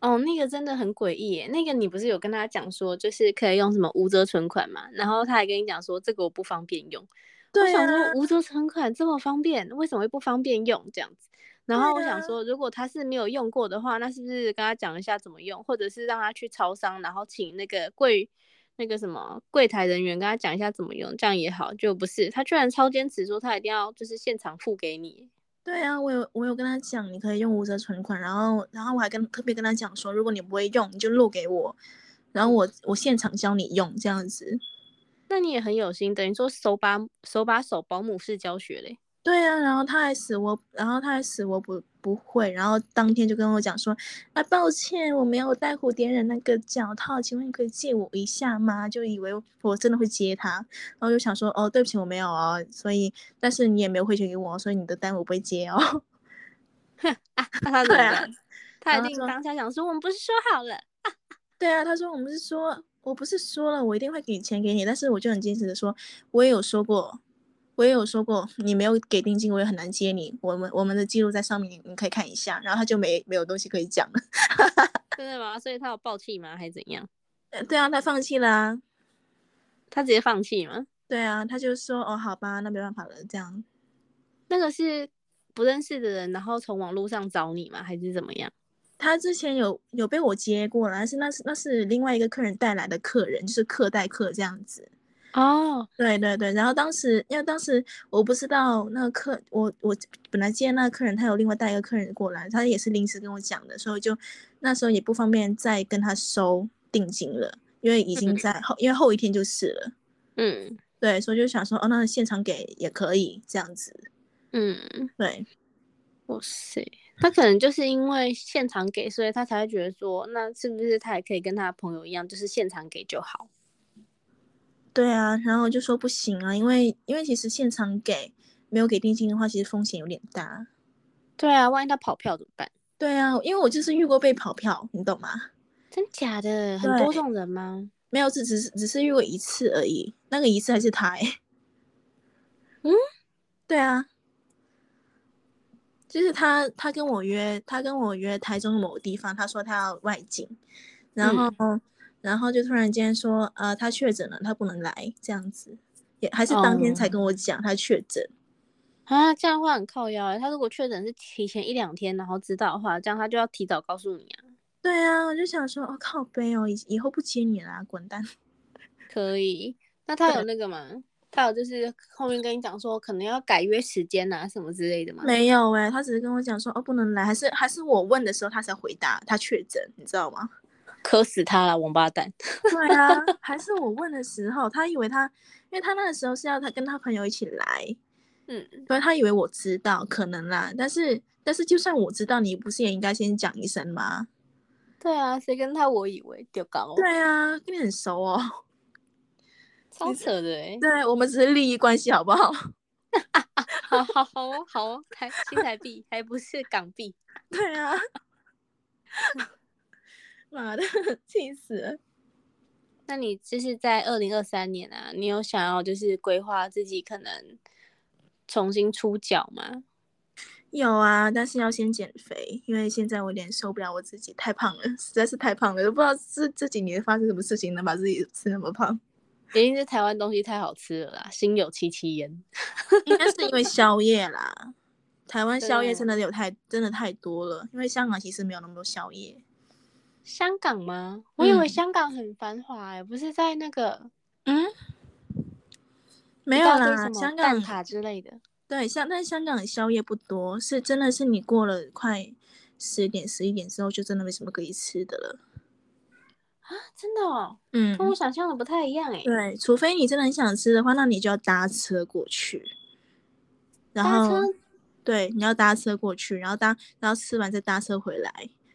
Speaker 2: 哦，那个真的很诡异耶。那个你不是有跟他讲说，就是可以用什么无折存款嘛？然后他还跟你讲说，这个我不方便用。我
Speaker 3: 对
Speaker 2: 想
Speaker 3: 啊，
Speaker 2: 说无折存款这么方便，为什么会不方便用这样子？然后我
Speaker 3: 对
Speaker 2: 想
Speaker 3: 啊
Speaker 2: 说，如果他是没有用过的话，那是不是跟他讲一下怎么用，或者是让他去超商，然后请那个柜那个什么柜台人员跟他讲一下怎么用，这样也好。就不是他居然超坚持说他一定要就是现场付给你，
Speaker 3: 对啊，我有我有跟他讲，你可以用无折存款，然后然后我还跟特别跟他讲说，如果你不会用，你就录给我，然后我我现场教你用这样子。
Speaker 2: 那你也很有心，等于说手把手把手保姆式教学嘞。
Speaker 3: 对啊，然后他还死我，然后他还死我不不会，然后当天就跟我讲说，啊，抱歉，我没有带蝴蝶忍那个脚套，请问你可以借我一下吗？就以为我真的会接他，然后就想说，哦，对不起，我没有哦，所以但是你也没有汇钱给我，哦所以你的单我不会接哦。
Speaker 2: 啊，那他怎么
Speaker 3: 对啊
Speaker 2: 办？他
Speaker 3: 然
Speaker 2: 一
Speaker 3: 后
Speaker 2: 定
Speaker 3: 说
Speaker 2: 当下想说我们不是说好了，
Speaker 3: 对啊，他说我们是说，我不是说了，我一定会给钱给你，但是我就很坚持的说，我也有说过，我也有说过，你没有给定金，我也很难接你。我们我们的记录在上面，你你可以看一下。然后他就没没有东西可以讲了。
Speaker 2: 真的吗？所以他有爆气吗？还是怎样？
Speaker 3: 呃对啊，他放弃啦、
Speaker 2: 他直接放弃吗？
Speaker 3: 对啊，他就说哦，好吧，那没办法了，这样。
Speaker 2: 那个是不认识的人，然后从网络上找你吗？还是怎么样？
Speaker 3: 他之前有有被我接过了，但是那是那是另外一个客人带来的客人，就是客带客这样子。
Speaker 2: 哦，
Speaker 3: 对对对，然后当时因为当时我不知道那个客，我我本来接那个客人，他有另外带一个客人过来，他也是临时跟我讲的，所以我就那时候也不方便再跟他收定金了，因为已经在后，因为后一天就是了。
Speaker 2: 嗯
Speaker 3: 对，所以就想说，哦，那现场给也可以这样子。
Speaker 2: 嗯，
Speaker 3: 对
Speaker 2: 哇塞，他可能就是因为现场给，所以他才会觉得说，那是不是他也可以跟他的朋友一样，就是现场给就好？
Speaker 3: 对啊，然后我就说不行啊，因为因为其实现场给没有给定金的话，其实风险有点大。
Speaker 2: 对啊，万一他跑票怎么办？
Speaker 3: 对啊，因为我就是遇过被跑票，你懂吗？
Speaker 2: 真假的，很多
Speaker 3: 对
Speaker 2: 这种人吗？
Speaker 3: 没有，只只是只是遇过一次而已，那个一次还是他、欸。
Speaker 2: 嗯，
Speaker 3: 对啊，就是他，他跟我约，他跟我约台中某地方，他说他要外景，然后，然后就突然间说，呃，他确诊了，他不能来，这样子，也还是当天才跟我讲他确诊。
Speaker 2: 啊，这样的话很靠腰、欸。他如果确诊是提前一两天，然后知道的话，这样他就要提早告诉你啊。
Speaker 3: 对啊，我就想说，哦靠背哦，以以后不接你啦，滚蛋。
Speaker 2: 可以。那他有
Speaker 3: 对
Speaker 2: 那个吗？他有就是后面跟你讲说可能要改约时间啊什么之类的吗？
Speaker 3: 没有哎、他只是跟我讲说，哦不能来，还是还是我问的时候他才回答他确诊，你知道吗？
Speaker 2: 磕死他了，王八蛋！
Speaker 3: 对啊， 还是我问的时候，他以为他，因为他那个时候是要他跟他朋友一起来，
Speaker 2: 嗯，
Speaker 3: 所以他以为我知道，可能啦。但是但是，就算我知道，你不是也应该先讲一声吗？
Speaker 2: 对啊，谁跟他我以为丢高，
Speaker 3: 对啊，跟你很熟哦。
Speaker 2: 超扯的哎、欸！
Speaker 3: 对，我们只是利益关系，好不好？
Speaker 2: 好好好哦好哦，台新台币还不是港币，
Speaker 3: 对啊。 妈的，气死了！
Speaker 2: 那你就是在二零二三年啊，你有想要就是规划自己可能重新出脚吗？
Speaker 3: 有啊，但是要先减肥，因为现在我有点受不了我自己，太胖了，实在是太胖了，都不知道这这几年发生什么事情能把自己吃那么胖。
Speaker 2: 一定是台湾东西太好吃了啦，心有戚戚焉。
Speaker 3: 应该是因为宵夜啦。台湾宵夜
Speaker 2: 对
Speaker 3: 真的有太真的太多了，因为香港其实没有那么多宵夜。
Speaker 2: 香港吗？我以为
Speaker 3: 嗯
Speaker 2: 香港很繁华哎、不是在那个
Speaker 3: 嗯，没
Speaker 2: 一
Speaker 3: 有
Speaker 2: 大堆
Speaker 3: 啦
Speaker 2: 什，么
Speaker 3: 香
Speaker 2: 蛋挞
Speaker 3: 港
Speaker 2: 之类的。
Speaker 3: 对香，但是香港宵夜不多，是真的是你过了快十点十一点之后，就真的没什么可以吃的了。
Speaker 2: 啊，真的哦，
Speaker 3: 嗯，
Speaker 2: 跟我想象的不太一样哎、
Speaker 3: 对，除非你真的很想吃的话，那你就要搭车过去，然
Speaker 2: 搭
Speaker 3: 后
Speaker 2: 车
Speaker 3: 对，你要搭车过去，然后搭，然后吃完再搭车回来。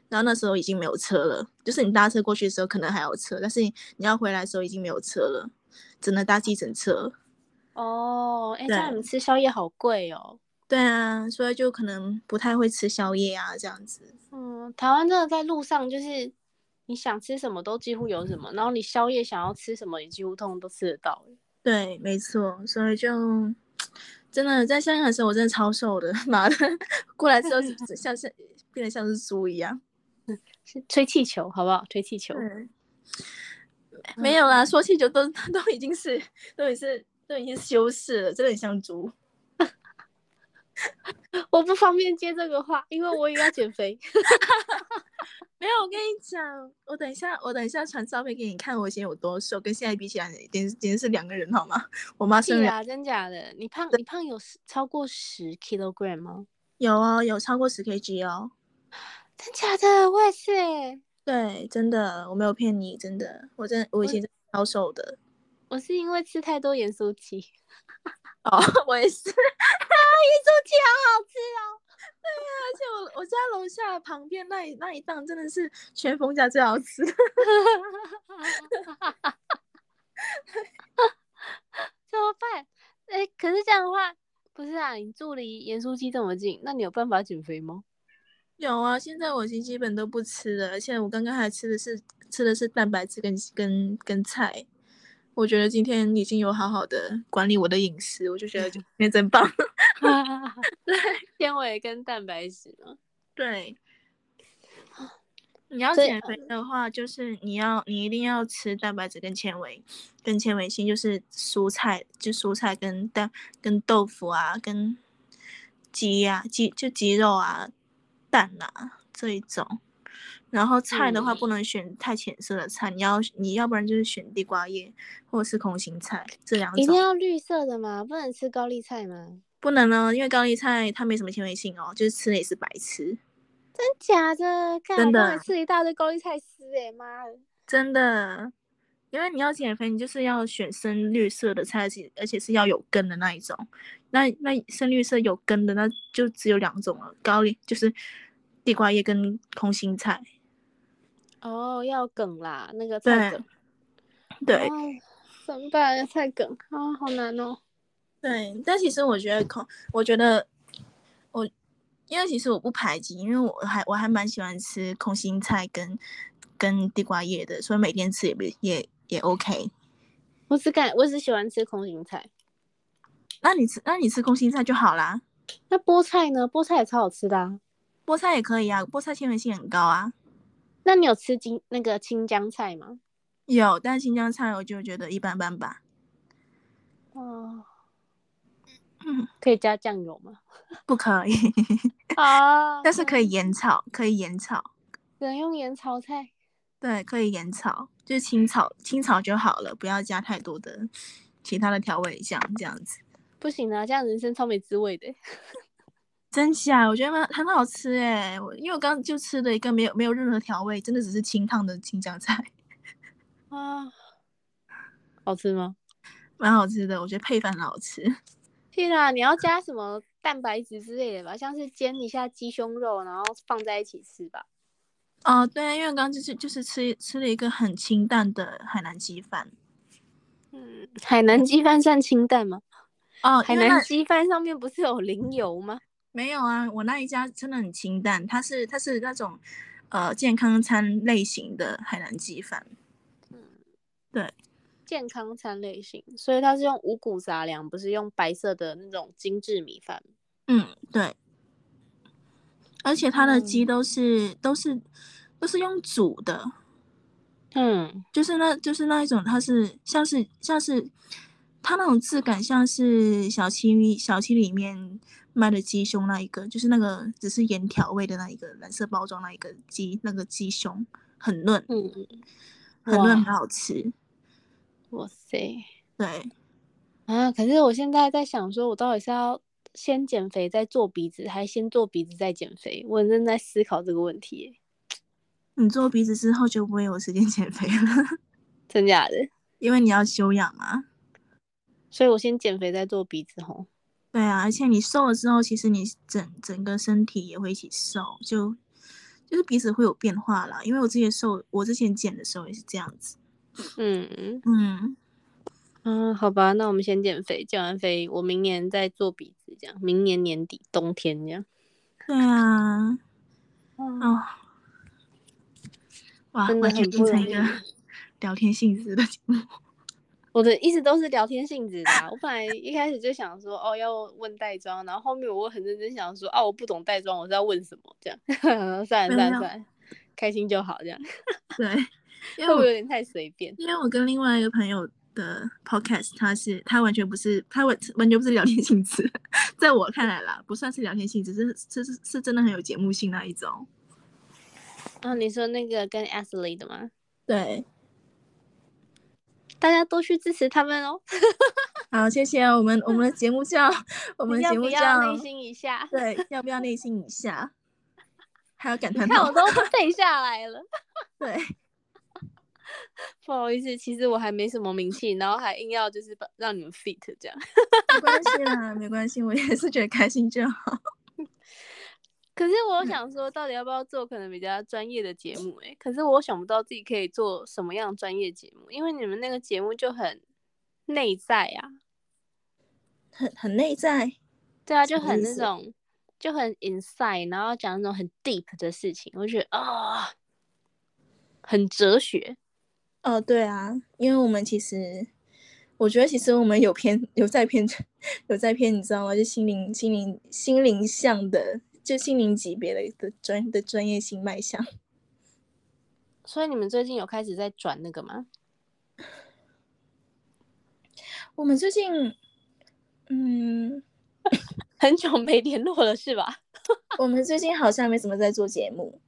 Speaker 3: 然后那时候已经没有车了，就是你搭车过去的时候可能还有车，但是你你要回来的时候已经没有车了，只能搭计程车。
Speaker 2: 哦，哎、这
Speaker 3: 对
Speaker 2: 样你们吃宵夜好贵哦。
Speaker 3: 对啊，所以就可能不太会吃宵夜啊，这样子。
Speaker 2: 嗯，台湾真的在路上就是你想吃什么都几乎有什么，然后你宵夜想要吃什么也几乎通通都吃得到欸。
Speaker 3: 对，没错，所以就真的在香港的时候，我真的超瘦的， 妈的，过来之后是是像是变得像是猪一样。
Speaker 2: 是吹气球好不好？吹气球。
Speaker 3: 对，没有啦，说气球都 都已经是都已经是都已经是修饰了，真的很像猪。
Speaker 2: 我不方便接这个话，因为我也要减肥。
Speaker 3: 没有，我跟你讲，我等一下，我等一下传照片给你看，我以前有多瘦，跟现在比起来，简直简直是两个人，好吗？我妈
Speaker 2: 是
Speaker 3: 生了
Speaker 2: 啊，真假的？你胖，你胖有十超过十 kilogram 吗？
Speaker 3: 有哦，有超过十 kg 哦。
Speaker 2: 真假的？我也是欸，
Speaker 3: 对，真的，我没有骗你，真的，我真我以前是超瘦的。
Speaker 2: 我是因为吃太多盐酥鸡，盐
Speaker 3: 哦，我也是，而
Speaker 2: 酥 鸡好好吃哦。
Speaker 3: 且我我家楼下旁边那一那一档真的是全冯家最好吃的。
Speaker 2: 怎么办？哎、可是这样的话，不是啊？你住离盐酥鸡这么近，那你有办法减肥 吗？
Speaker 3: 有啊，现在我已经基本都不吃了，而且我刚刚还吃的是吃的是蛋白质跟跟跟菜。我觉得今天已经有好好的管理我的饮食，我就觉得就今天真棒。
Speaker 2: 纤维跟蛋白质吗？
Speaker 3: 对，你要
Speaker 2: 所以
Speaker 3: 减肥的话，就是你要你一定要吃蛋白质跟纤维，跟纤维性就是蔬菜，就蔬菜跟蛋跟豆腐啊，跟鸡啊鸡就鸡肉啊，蛋啊这一种。然后菜的话不能选太浅色的菜，你要你要不然就是选地瓜叶或者是空心菜这两
Speaker 2: 一定
Speaker 3: 种，
Speaker 2: 要绿色的吗？不能吃高丽菜吗？
Speaker 3: 不能哦呢，因为高丽菜它没什么纤维性哦，就是吃了也是白吃。
Speaker 2: 真假的？干
Speaker 3: 真的啊
Speaker 2: 我刚才吃一大堆高丽菜丝、欸，哎妈的！
Speaker 3: 真的，因为你要减肥，你就是要选深绿色的菜，而且而且是要有根的那一种。那那深绿色有根的，那就只有两种了，高丽就是地瓜叶跟空心菜。
Speaker 2: 哦，要梗啦，那个
Speaker 3: 对
Speaker 2: 菜梗。
Speaker 3: 对、
Speaker 2: 哦，怎么办？菜梗啊、哦，好难哦。
Speaker 3: 对，但其实我觉得空，我觉得我，因为其实我不排挤，因为我还我还蛮喜欢吃空心菜跟跟地瓜叶的，所以每天吃也不也也 OK。
Speaker 2: 我只敢，我只喜欢吃空心菜。
Speaker 3: 那你吃那你吃空心菜就好啦，
Speaker 2: 那菠菜呢？菠菜也超好吃的、啊。
Speaker 3: 菠菜也可以啊，菠菜纤维性很高啊。
Speaker 2: 那你有吃青那个青江菜吗？
Speaker 3: 有，但新疆菜我就觉得一般般吧。
Speaker 2: 哦，
Speaker 3: 嗯，
Speaker 2: 可以加酱油吗？
Speaker 3: 不可以，
Speaker 2: 啊
Speaker 3: 但是可以盐炒，可以盐炒，
Speaker 2: 只能用盐炒菜。
Speaker 3: 对，可以盐炒，就是清炒，清炒就好了，不要加太多的其他的调味酱，这样子。
Speaker 2: 不行啊，这样人生超没滋味 的。
Speaker 3: 真假？我觉得蛮很好吃诶，我因为我刚刚就吃了一个没有没有任何调味，真的只是清烫的新疆菜，
Speaker 2: 啊，好吃吗？
Speaker 3: 蛮好吃的，我觉得配饭很好吃。
Speaker 2: 天啊，你要加什么蛋白质之类的吧？像是煎一下鸡胸肉，然后放在一起吃吧。
Speaker 3: 哦，对，因为我刚刚就是就是吃吃了一个很清淡的海南鸡饭。
Speaker 2: 嗯，海南鸡饭算清淡吗？
Speaker 3: 哦，
Speaker 2: 海
Speaker 3: 因为那
Speaker 2: 南鸡饭上面不是有淋油吗？
Speaker 3: 没有啊，我那一家真的很清淡，它是它是那种呃健康餐类型的海南鸡饭。
Speaker 2: 健康餐类型，所以它是用五谷杂粮，不是用白色的那种精致米饭。
Speaker 3: 嗯，对。而且它的鸡
Speaker 2: 嗯
Speaker 3: 都是、都是都是用煮的，
Speaker 2: 嗯，
Speaker 3: 就是那就是那一种，它是像是像是它那种质感像是小七小七里面卖的鸡胸那一个，就是那个只是盐调味的那一个蓝色包装那一个鸡那个鸡胸很嫩，
Speaker 2: 嗯，
Speaker 3: 很嫩
Speaker 2: 哇
Speaker 3: 很好吃，
Speaker 2: 哇塞
Speaker 3: 对。
Speaker 2: 啊！可是我现在在想，说我到底是要先减肥再做鼻子，还是先做鼻子再减肥？我正在思考这个问题耶，
Speaker 3: 你做鼻子之后就不会有时间 减肥了，
Speaker 2: 真假的？
Speaker 3: 因为你要休养嘛。
Speaker 2: 所以我先减肥再做鼻子吼。
Speaker 3: 对啊，而且你瘦了之后，其实你整整个身体也会一起瘦，就就是鼻子会有变化啦。因为我之前瘦，我之前减的时候也是这样子。
Speaker 2: 嗯
Speaker 3: 嗯，
Speaker 2: 嗯，好吧，那我们先减肥，减完肥我明年再做鼻子，这样明年年底冬天这样。
Speaker 3: 对啊，
Speaker 2: 嗯，
Speaker 3: 哦，哇，
Speaker 2: 真的
Speaker 3: 完全
Speaker 2: 很
Speaker 3: 变
Speaker 2: 不
Speaker 3: 成
Speaker 2: 容
Speaker 3: 一个
Speaker 2: 易
Speaker 3: 聊天性质的节目。
Speaker 2: 我的一直都是聊天性质的、啊。我本来一开始就想说，哦，要问带妆，然后后面我很认真想说，啊，我不懂带妆，我是要问什么这样。 算了
Speaker 3: 没
Speaker 2: 算
Speaker 3: 有
Speaker 2: 了算了，开心就好这样。
Speaker 3: 对，
Speaker 2: 会
Speaker 3: 因为
Speaker 2: 不
Speaker 3: 我
Speaker 2: 会有点太随便？
Speaker 3: 因为我跟另外一个朋友的 podcast，他是他完全不是，他完完全不是聊天性质，在我看来啦，不算是聊天性质，是是是是真的很有节目性那一种。
Speaker 2: 哦，你说那个跟 Ashley 的吗？
Speaker 3: 对，
Speaker 2: 大家多去支持他们哦。
Speaker 3: 好，谢谢哦我们我们的节目叫我们的
Speaker 2: 要
Speaker 3: 节
Speaker 2: 不
Speaker 3: 目
Speaker 2: 要
Speaker 3: 叫
Speaker 2: 内心一下？
Speaker 3: 对，要不要内心一下？还有感
Speaker 2: 你
Speaker 3: 叹
Speaker 2: 看我
Speaker 3: 号，
Speaker 2: 都背下来了，
Speaker 3: 对，
Speaker 2: 不好意思，其实我还没什么名气，然后还硬要就是把让你们 fit 这样。
Speaker 3: 没关系啦，没关系，我也是觉得开心就好。
Speaker 2: 可是我
Speaker 3: 嗯
Speaker 2: 想说，到底要不要做可能比较专业的节目、欸？可是我想不到自己可以做什么样的专业节目，因为你们那个节目就很内在啊，
Speaker 3: 很很内在，
Speaker 2: 对啊，
Speaker 3: 什
Speaker 2: 就
Speaker 3: 么
Speaker 2: 很
Speaker 3: 意
Speaker 2: 那
Speaker 3: 思
Speaker 2: 种就很 inside，然后讲那种很 deep 的事情，我就觉得啊、很哲学。
Speaker 3: 哦，对啊，因为我们其实，我觉得其实我们有偏有在偏 有在偏，你知道吗？就心灵心灵心灵向的，就心灵级别的的专的专业性迈向。
Speaker 2: 所以你们最近有开始在转那个吗？
Speaker 3: 我们最近，嗯，
Speaker 2: 很久没联络了是吧？
Speaker 3: 我们最近好像没怎么在做节目，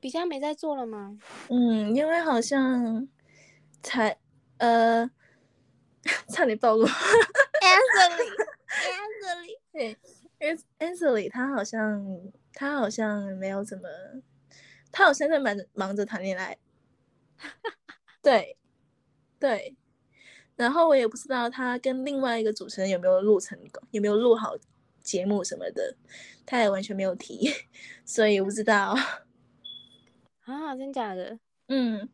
Speaker 2: 比较没在做了吗？
Speaker 3: 嗯，因为好像才呃， 差点暴露，
Speaker 2: Anthony，Anthony，
Speaker 3: 对 a n s l e y 他好像他好像没有怎么，他好像在忙着忙着谈恋爱。对，对。然后我也不知道他跟另外一个主持人有没有录成功，有没有录好节目什么的，他也完全没有提， 所以我不知道。
Speaker 2: 啊，真假的？
Speaker 3: 嗯，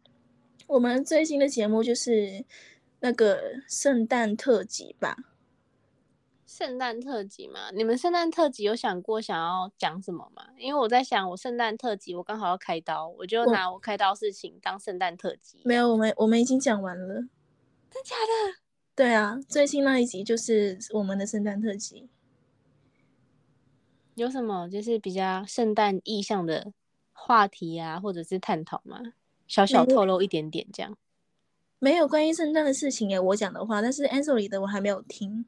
Speaker 3: 我们最新的节目就是那个圣诞特辑吧。
Speaker 2: 圣诞特辑嘛，你们圣诞特辑有想过想要讲什么吗？因为我在想，我圣诞特辑我刚好要开刀，我就
Speaker 3: 我
Speaker 2: 拿我开刀事情当圣诞特辑。
Speaker 3: 没有，我们我们已经讲完了。
Speaker 2: 真假的？
Speaker 3: 对啊，最新那一集就是我们的圣诞特辑。
Speaker 2: 有什么就是比较圣诞意向的话题啊，或者是探讨吗？小小
Speaker 3: 没有
Speaker 2: 透露一点点这样。
Speaker 3: 没有关于圣诞的事情耶，我讲的话，但是 a n s e l 的我还没有听。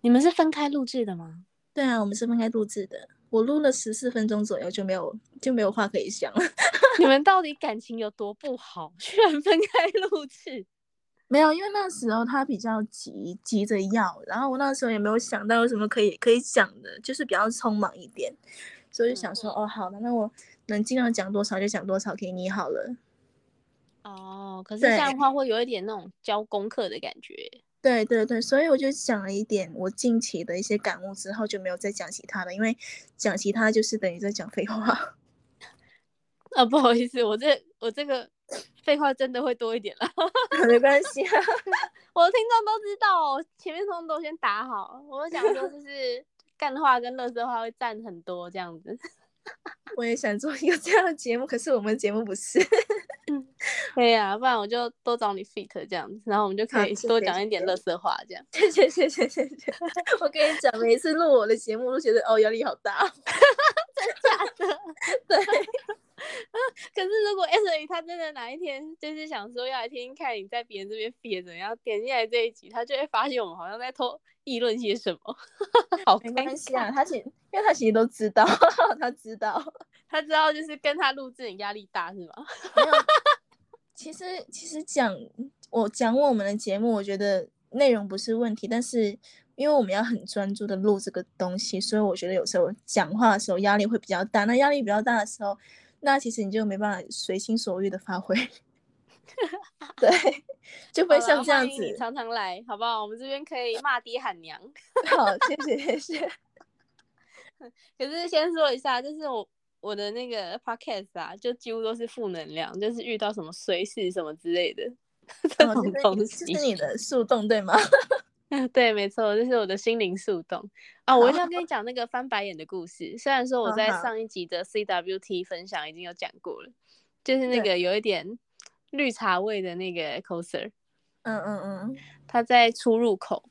Speaker 2: 你们是分开录制的吗？
Speaker 3: 对啊，我们是分开录制的，我录了十四分钟左右就没有就没有话可以讲了。
Speaker 2: 你们到底感情有多不好，居然分开录制？
Speaker 3: 没有，因为那时候他比较急急着要，然后我那时候也没有想到有什么可以可以讲的，就是比较匆忙一点，所以就想说，哦，好的，那我能尽量讲多少就讲多少给你好了。
Speaker 2: 哦，可是
Speaker 3: 对
Speaker 2: 这样的话会有一点那种交功课的感觉。
Speaker 3: 对对对，所以我就讲了一点我近期的一些感悟之后，就没有再讲其他的，因为讲其他就是等于在讲废话。
Speaker 2: 啊，不好意思，我这我这个废话真的会多一点了，
Speaker 3: 没关系啊，
Speaker 2: 我的听众都知道哦，前面通通都先打好。我想说就是 干话跟乐色话会占很多这样子。
Speaker 3: 我也想做一个这样的节目，可是我们节目不是。
Speaker 2: 对呀、不然我就多找你 fit 这样子，然后我们就
Speaker 3: 好
Speaker 2: 可以
Speaker 3: 谢
Speaker 2: 多
Speaker 3: 谢
Speaker 2: 讲
Speaker 3: 谢
Speaker 2: 一点
Speaker 3: 谢
Speaker 2: 乐色话这样。
Speaker 3: 谢谢谢谢谢谢，我跟你讲，每一次录我的节目我都觉得哦压力好大哦。
Speaker 2: 假的，对。可是如果 S A 他真的哪一天就是想说要来听听看你在别人这边 fit 怎么样，点进来这一集，他就会发现我们好像在偷议论些什么， 好
Speaker 3: 没
Speaker 2: 尴
Speaker 3: 关系
Speaker 2: 尬
Speaker 3: 啊，他其因为他其实都知道， 他知道。
Speaker 2: 他知道就是跟他录制你压力大是吗？
Speaker 3: 没有，其实其实讲我讲我们的节目，我觉得内容不是问题，但是因为我们要很专注的录这个东西，所以我觉得有时候讲话的时候压力会比较大。那压力比较大的时候，那其实你就没办法随心所欲的 发挥。对，就不会
Speaker 2: 好啦
Speaker 3: 像这样
Speaker 2: 欢迎你
Speaker 3: 子。
Speaker 2: 常常来好不好？我们这边可以骂爹喊娘。
Speaker 3: 好，谢谢谢 谢。哦
Speaker 2: 可是先说一下，就是我我的那个 podcast 啊，就几乎都是负能量，就是遇到什么衰事什么之类的 这
Speaker 3: 哦，
Speaker 2: 种
Speaker 3: 这
Speaker 2: 东
Speaker 3: 是
Speaker 2: 西。
Speaker 3: 这是你的树洞对吗？
Speaker 2: 对，没错，这是我的心灵树洞啊！我一
Speaker 3: 好
Speaker 2: 定要跟你讲那个翻白眼的故事。虽然说我在
Speaker 3: 好好
Speaker 2: 上一集的 CWT 分享已经有讲过了，就是那
Speaker 3: 对
Speaker 2: 个有一点绿茶味的那个 coser，
Speaker 3: 嗯嗯嗯，
Speaker 2: 他在出入口，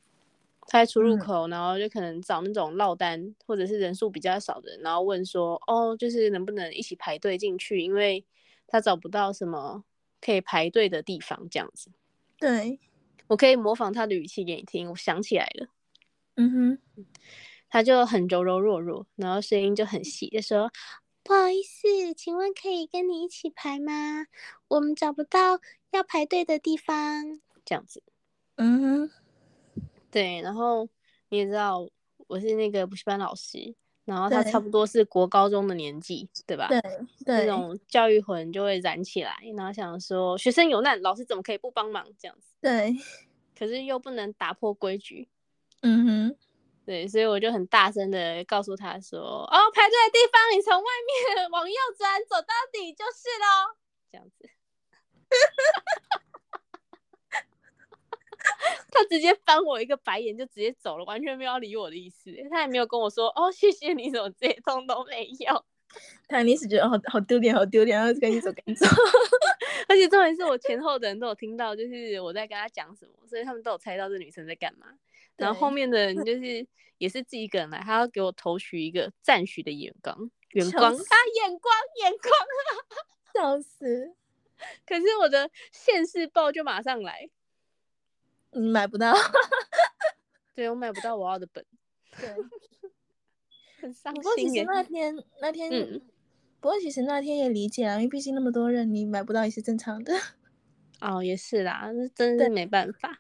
Speaker 2: 他在出入
Speaker 3: 嗯
Speaker 2: 口，然后就可能找那种落单或者是人数比较少的人，然后问说，哦，就是能不能一起排队进去，因为他找不到什么可以排队的地方，这样子。
Speaker 3: 对，
Speaker 2: 我可以模仿他的语气给你听，我想起来了，
Speaker 3: 嗯哼，
Speaker 2: 他就很柔柔弱弱，然后声音就很细，就说。不好意思，请问可以跟你一起排吗？我们找不到要排队的地方。”这样子，
Speaker 3: 嗯哼，
Speaker 2: 对。然后你也知道，我是那个补习班老师，然后他
Speaker 3: 对
Speaker 2: 差不多是国高中的年纪，对吧？
Speaker 3: 对
Speaker 2: 这
Speaker 3: 对
Speaker 2: 种教育魂就会燃起来，然后想说学生有难，老师怎么可以不帮忙这样子？
Speaker 3: 对，
Speaker 2: 可是又不能打破规矩，
Speaker 3: 嗯哼，
Speaker 2: 对，所以我就很大声的告诉他说：“哦，排队的地方你从外面往右转，走到底就是喽。”这样子， 他直接翻我一个白眼，就直接走了，完全没有要理我的意思。他也没有跟我说：“哦，谢谢你，怎么这些通都没有。”
Speaker 3: 他一定是觉得哦好好丢脸，好丢脸，然后就赶紧走，赶紧走。
Speaker 2: 而且重点是我前后的人都有听到，就是我在跟他讲什么，所以他们都有猜到这女生在干嘛。然后后
Speaker 3: 对
Speaker 2: 面的 人就是也是自己一个人来，他要给我投许一个赞许的眼光，眼
Speaker 3: 笑
Speaker 2: 光
Speaker 3: 死
Speaker 2: 啊，眼光，眼光。
Speaker 3: 笑 死，
Speaker 2: 可是我的现世报就马上来，
Speaker 3: 你嗯买不到。
Speaker 2: 对我买不到我要的本，
Speaker 3: 对，
Speaker 2: 很伤
Speaker 3: 不过其
Speaker 2: 心
Speaker 3: 实
Speaker 2: 耶。
Speaker 3: 那天那天，
Speaker 2: 嗯
Speaker 3: 不过其实那天也理解啊，因为毕竟那么多人，你买不到也是正常的。
Speaker 2: 哦，也是啦，那真的是没办法。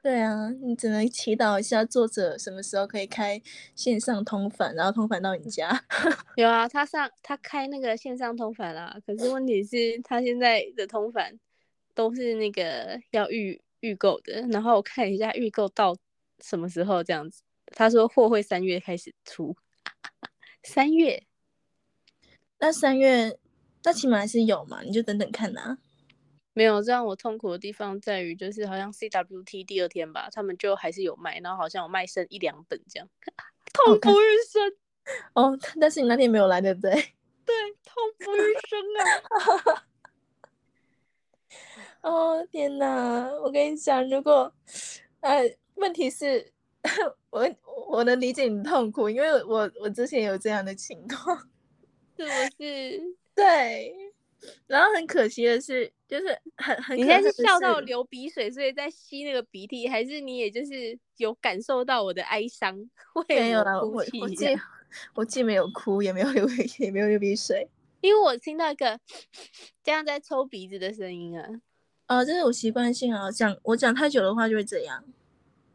Speaker 3: 对啊，你只能祈祷一下作者什么时候可以开线上通返，然后通返到你家。
Speaker 2: 有啊，他上他开那个线上通返啦，可是问题是，他现在的通返都是那个要预预购的，然后我看一下预购到什么时候这样子。他说货会三月开始出， 三月
Speaker 3: 那三月，那起码还是有嘛，你就等等看呐、
Speaker 2: 没有这让我痛苦的地方在于，就是好像 CWT 第二天吧，他们就还是有卖，然后好像有卖剩一两本这样， 痛不欲生，
Speaker 3: 哦，但是你那天没有来，对不对？
Speaker 2: 对，痛不欲生啊！
Speaker 3: 哦天呐，我跟你讲，如果，呃，问题是， 我我能理解你的痛苦，因为我我之前有这样的情况。
Speaker 2: 是不是？
Speaker 3: 对，然后很可惜的是，就是很很
Speaker 2: 你
Speaker 3: 可
Speaker 2: 现在
Speaker 3: 恨
Speaker 2: 是
Speaker 3: 的
Speaker 2: 笑到
Speaker 3: 是
Speaker 2: 流鼻水，所以在吸那个鼻涕，还是你也就是有感受到我的哀伤， 为
Speaker 3: 没有
Speaker 2: 我
Speaker 3: 啦，我
Speaker 2: 哭
Speaker 3: 我
Speaker 2: 泣
Speaker 3: 既 我既没有哭，也没有流鼻也没有流鼻水。
Speaker 2: 因为我听到一个 这样在抽鼻子的声音啊，
Speaker 3: 哦，这是我习惯性啊，讲我讲太久的话就会这样。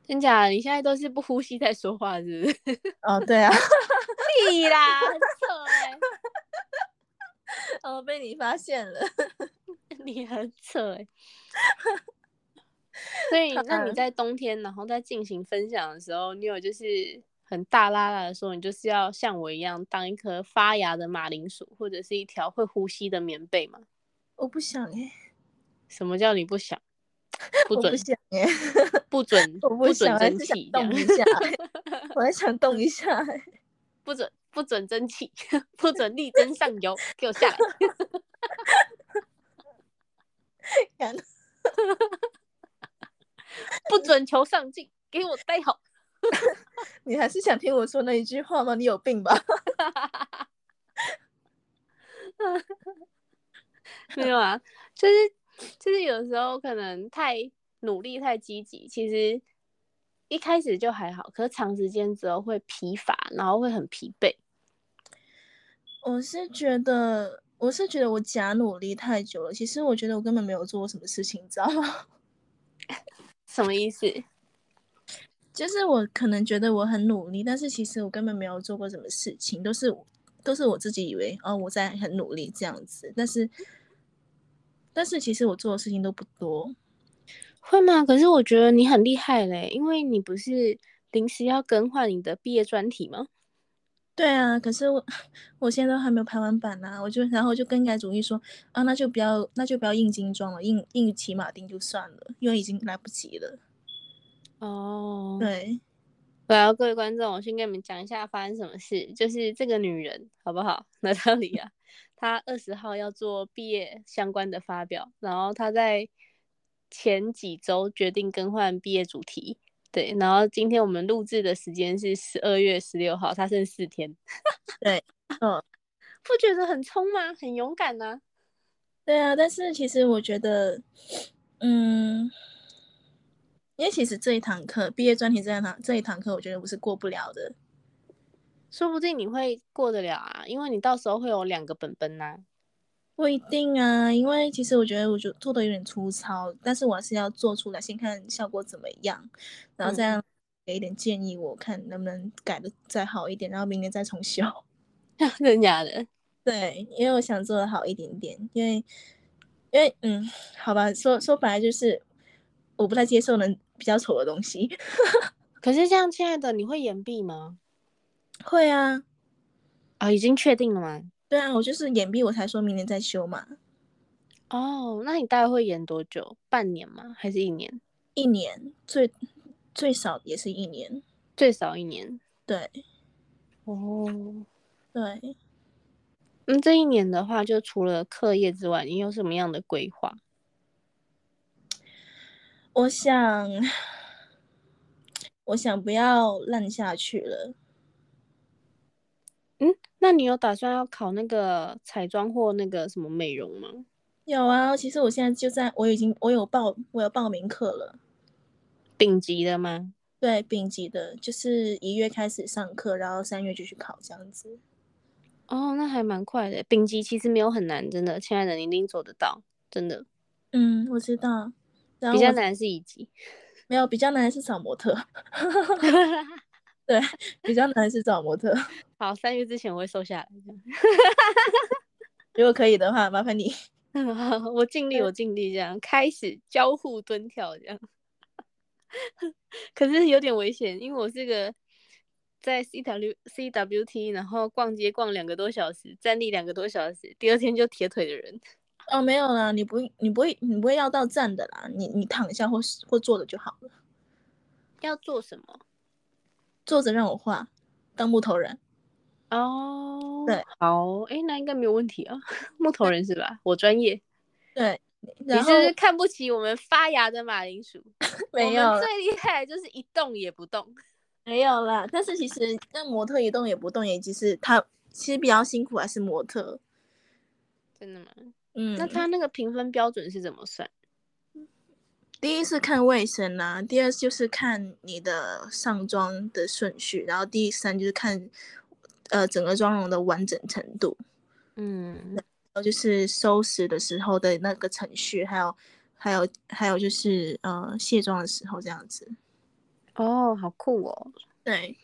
Speaker 2: 真假的？你现在都是不呼吸在说话，是不是？
Speaker 3: 哦，对啊，
Speaker 2: 屁啦，很扯哎、
Speaker 3: 哦，被你发现了。
Speaker 2: 你很扯 哎、所以，那你
Speaker 3: 嗯
Speaker 2: 在冬天，然后在进行分享的时候，你有就是很大啦啦的说，你就是要像我一样当一颗发芽的马铃薯，或者是一条会呼吸的棉被吗？
Speaker 3: 我不想哎、
Speaker 2: 什么叫你不想？不
Speaker 3: 我
Speaker 2: 准
Speaker 3: 不，想哎、
Speaker 2: 不准，
Speaker 3: 我不
Speaker 2: 准
Speaker 3: 想，我还
Speaker 2: 争
Speaker 3: 是
Speaker 2: 气
Speaker 3: 想，
Speaker 2: 这样
Speaker 3: 动一下欸、 我还想动一下 欸、
Speaker 2: 不准，不准争气， 不准力争上游，给我下来。
Speaker 3: 感
Speaker 2: 不准求上进，给我待好。
Speaker 3: 你还是想听我说那一句话吗？你有病吧？
Speaker 2: 没有啊，就是就是有时候可能太努力、太积极，其实一开始就还好，可是长时间之后会疲乏，然后会很疲惫。
Speaker 3: 我是觉得，我是觉得我假努力太久了。其实我觉得我根本没有做过什么事情，你知道吗？
Speaker 2: 什么意思？
Speaker 3: 就是我可能觉得我很努力，但是其实我根本没有做过什么事情，都是我都是我自己以为哦我在很努力这样子，但是但是其实我做的事情都不多。
Speaker 2: 会吗？可是我觉得你很厉害嘞，因为你不是临时要更换你的毕业专题吗？
Speaker 3: 对啊，可是我我现在都还没有排完版呢、我就然后就更改主意说啊，那就不要那就不要印精装了，印印骑马丁就算了，因为已经来不及了。
Speaker 2: 哦
Speaker 3: 对，
Speaker 2: 对啊，各位观众，我先跟你们讲一下发生什么事，就是这个女人好不好？ 娜塔莉亚，她二十号要做毕业相关的发表，然后她在前几周决定更换毕业主题，对，然后今天我们录制的时间是十二月十六号，她剩四天，
Speaker 3: 对，嗯，
Speaker 2: 不觉得很冲吗？很勇敢啊呐、
Speaker 3: 对啊，但是其实我觉得，嗯，因为其实这一堂课毕业专题这一堂这一堂课，我觉得我是过不了的。
Speaker 2: 说不定你会过得了啊，因为你到时候会有两个本本呐、
Speaker 3: 不一定啊，因为其实我觉得我就做的有点粗糙，但是我还是要做出来，先看效果怎么样，然后
Speaker 2: 嗯
Speaker 3: 再让给一点建议，我看能不能改的再好一点，然后明年再重修。
Speaker 2: 真假的？
Speaker 3: 对，因为我想做的好一点点，因为因为嗯，好吧，说说白了就是我不太接受人比较丑的东西。
Speaker 2: 可是像亲爱的，你会延毕吗？
Speaker 3: 会啊，
Speaker 2: 啊、已经确定了吗？
Speaker 3: 对啊，我就是眼闭，我才说明年再修嘛，
Speaker 2: 哦，那你大概会延多久？半年吗？还是一年？
Speaker 3: 一年最最少也是一年。
Speaker 2: 最少一年。
Speaker 3: 对
Speaker 2: 哦，
Speaker 3: 对，
Speaker 2: 那这一年的话，就除了课业之外，你有什么样的规划？
Speaker 3: 我想，我想不要烂下去了。
Speaker 2: 那你有打算要考那个彩妆或那个什么美容吗？
Speaker 3: 有啊，其实我现在就在，我已经我有报，我有报名课了。
Speaker 2: 顶级的吗？
Speaker 3: 对，丙级的，就是一月开始上课，然后三月就去考这样子。
Speaker 2: 哦，那还蛮快的。丙级其实没有很难，真的，亲爱的，你一定做得到，真的。
Speaker 3: 嗯，我知道。然后
Speaker 2: 比较
Speaker 3: 我
Speaker 2: 难是乙级。
Speaker 3: 没有比较难的是找 模特，对，比较难的是找模特。
Speaker 2: 好，三月之前我会瘦下来这样。
Speaker 3: 如果可以的话，麻烦你。
Speaker 2: 我尽力，我尽力，这样开始交互蹲跳这样。 可是有点危险，因为我是个在 C W C W T，然后逛街逛两个多小时，站立两个多小时，第二天就铁腿的人。
Speaker 3: 哦，没有啦，你不你不会你不会要到站的啦，你你躺下或是或坐着就好了，
Speaker 2: 要做什么？
Speaker 3: 坐着让我画，当木头人。
Speaker 2: 哦，
Speaker 3: 对，
Speaker 2: 好，哎、那应该没有问题啊。木头人是吧？我专业。
Speaker 3: 对，
Speaker 2: 你
Speaker 3: 然
Speaker 2: 是
Speaker 3: 后
Speaker 2: 不是看不起我们发芽的马铃薯？我
Speaker 3: 没
Speaker 2: 们
Speaker 3: 有啦
Speaker 2: 最厉害的就是一动也不动。
Speaker 3: 没有啦，但是其实让模特一动也不动，也就是他其实比较辛苦还是模特。
Speaker 2: 真的吗？
Speaker 3: 嗯，
Speaker 2: 那他那个评分标准是怎么算？
Speaker 3: 第一是看卫生啦、第二就是看你的上妆的顺序，然后第三就是看呃整个妆容的完整程度，
Speaker 2: 嗯，
Speaker 3: 然后就是收拾的时候的那个程序，还有还有还有就是呃卸妆的时候这样子。
Speaker 2: 哦，好酷哦。
Speaker 3: 对，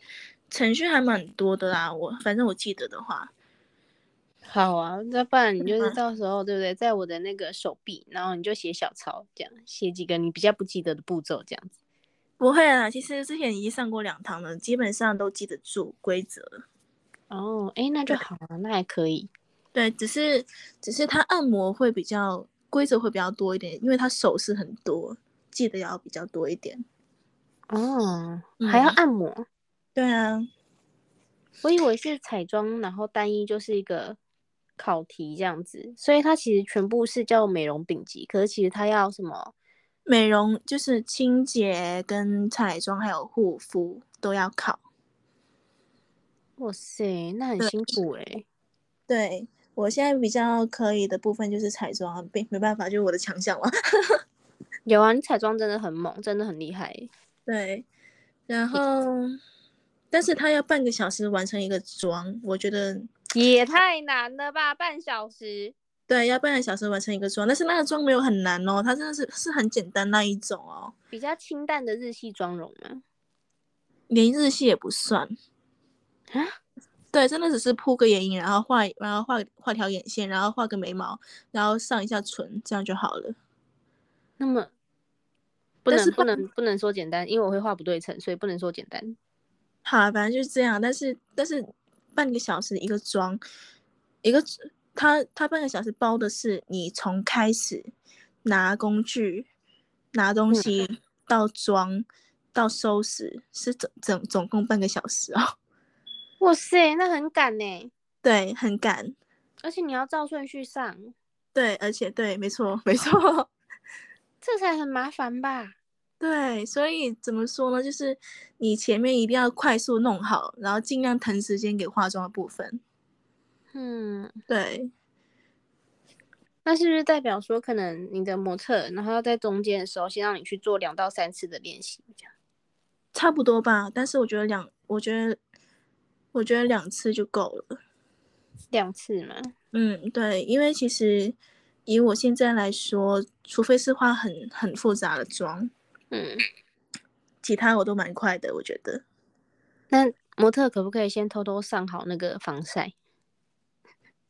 Speaker 3: 程序还蛮多的啦，我反正我记得的话，
Speaker 2: 好啊，那不然你就是
Speaker 3: 嗯
Speaker 2: 到时候对不对，在我的那个手臂，然后你就写小抄，这样写几个你比较不记得的步骤，这样子。
Speaker 3: 不会啦，其实之前已经上过两堂了，基本上都记得住规则了。
Speaker 2: 哦，哎，那就好啊，那还可以。
Speaker 3: 对，只是只是它按摩会比较规则会比较多一点，因为它手势很多，记得要比较多一点。
Speaker 2: 哦，还要
Speaker 3: 嗯
Speaker 2: 按摩，
Speaker 3: 对啊，
Speaker 2: 我以为是彩妆，然后单一就是一个考题这样子，所以它其实全部是叫美容丙级，可是其实它要什么？
Speaker 3: 美容就是清洁、跟彩妆还有护肤都要考。
Speaker 2: 哇塞，那很
Speaker 3: 对
Speaker 2: 辛苦哎、
Speaker 3: 对我现在比较可以的部分就是彩妆啊，没没办法，就是我的强项嘛。
Speaker 2: 有啊，你彩妆真的很猛，真的很厉害欸、
Speaker 3: 对，然后但是它要半个小时完成一个妆，我觉得
Speaker 2: 也太难了吧？半小时，
Speaker 3: 对，要半个小时完成一个妆，但是那个妆没有很难哦，它真的是是很简单那一种哦，
Speaker 2: 比较清淡的日系妆容啊吗？
Speaker 3: 连日系也不算。
Speaker 2: 啊，
Speaker 3: 对，真的只是铺个眼影，然后画，然后画画条眼线，然后画个眉毛，然后上一下唇，这样就好了。
Speaker 2: 那么不
Speaker 3: 但
Speaker 2: 能
Speaker 3: 是
Speaker 2: 不
Speaker 3: 半
Speaker 2: 能不能说简单，因为我会画不对称，所以不能说简单。
Speaker 3: 好啊，反正就是这样。但是但是半个小时一个妆，一个它它半个小时包的是你从开始拿工具、拿东西到妆到收拾，是整整总共半个小时哦。
Speaker 2: 哇塞，那很赶呢、
Speaker 3: 对，很赶。
Speaker 2: 而且你要照顺序上，
Speaker 3: 对，而且对，没错，没错。
Speaker 2: 这才很麻烦吧？
Speaker 3: 对，所以怎么说呢？就是你前面一定要快速弄好，然后尽量腾时间给化妆的部分。
Speaker 2: 嗯，
Speaker 3: 对，
Speaker 2: 那是不是代表说，可能你的模特，然后在中间的时候，先让你去做两到三次的练习，这样？
Speaker 3: 差不多吧。但是我觉得两，我觉得我觉得两次就够了。
Speaker 2: 两次嘛，
Speaker 3: 嗯，对，因为其实以我现在来说，除非是化很很复杂的妆，
Speaker 2: 嗯，
Speaker 3: 其他我都蛮快的，我觉得。
Speaker 2: 那模特可不可以先偷偷上好那个防晒？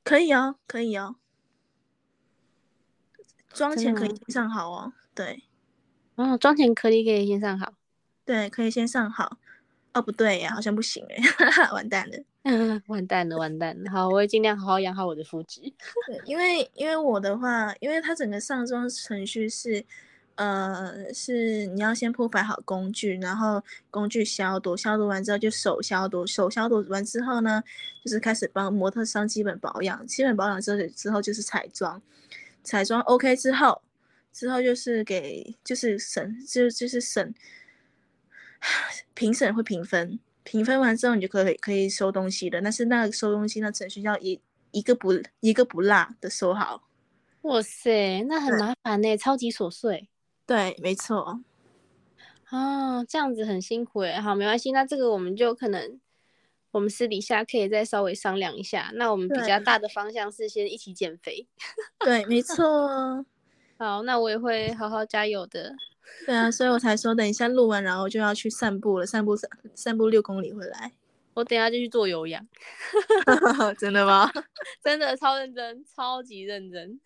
Speaker 3: 可以哦，可以哦。妆
Speaker 2: 真
Speaker 3: 前
Speaker 2: 的
Speaker 3: 可以
Speaker 2: 吗
Speaker 3: 先上好哦，对
Speaker 2: 哦，妆前颗粒可以先上好。
Speaker 3: 对，可以先上好。哦，不对呀，好像不行哎， 完蛋了。
Speaker 2: 嗯，完蛋了，完蛋了。好，我会尽量好好养好我的肤质。
Speaker 3: 对，因为因为我的话，因为它整个上妆程序是，呃，是你要先铺排好工具，然后工具消毒，消毒完之后就手消毒，手消毒完之后呢，就是开始帮模特上基本保养，基本保养之后之后就是彩妆，彩妆 OK 之后，之后就是给就是审就就是审，评审会评分。评分完之后，你就可以可以收东西的，但是那个收东西那程序要一一个不一个不落的收好。
Speaker 2: 哇塞，那很
Speaker 3: 对
Speaker 2: 麻烦呢、超级琐碎
Speaker 3: 对，没错。
Speaker 2: 哦，这样子很辛苦哎、好，没关系，那这个我们就可能我们私底下可以再稍微商量一下。那我们比
Speaker 3: 对
Speaker 2: 较大的方向是先一起减肥。
Speaker 3: 对，没错哦。
Speaker 2: 好，那我也会好好加油的。
Speaker 3: 对啊，所以我才说等一下录完，然后就要去散步了，散步散散步六公里回来。
Speaker 2: 我等一下就去做有氧，
Speaker 3: 真的吗？
Speaker 2: 真的超认真，超级认真。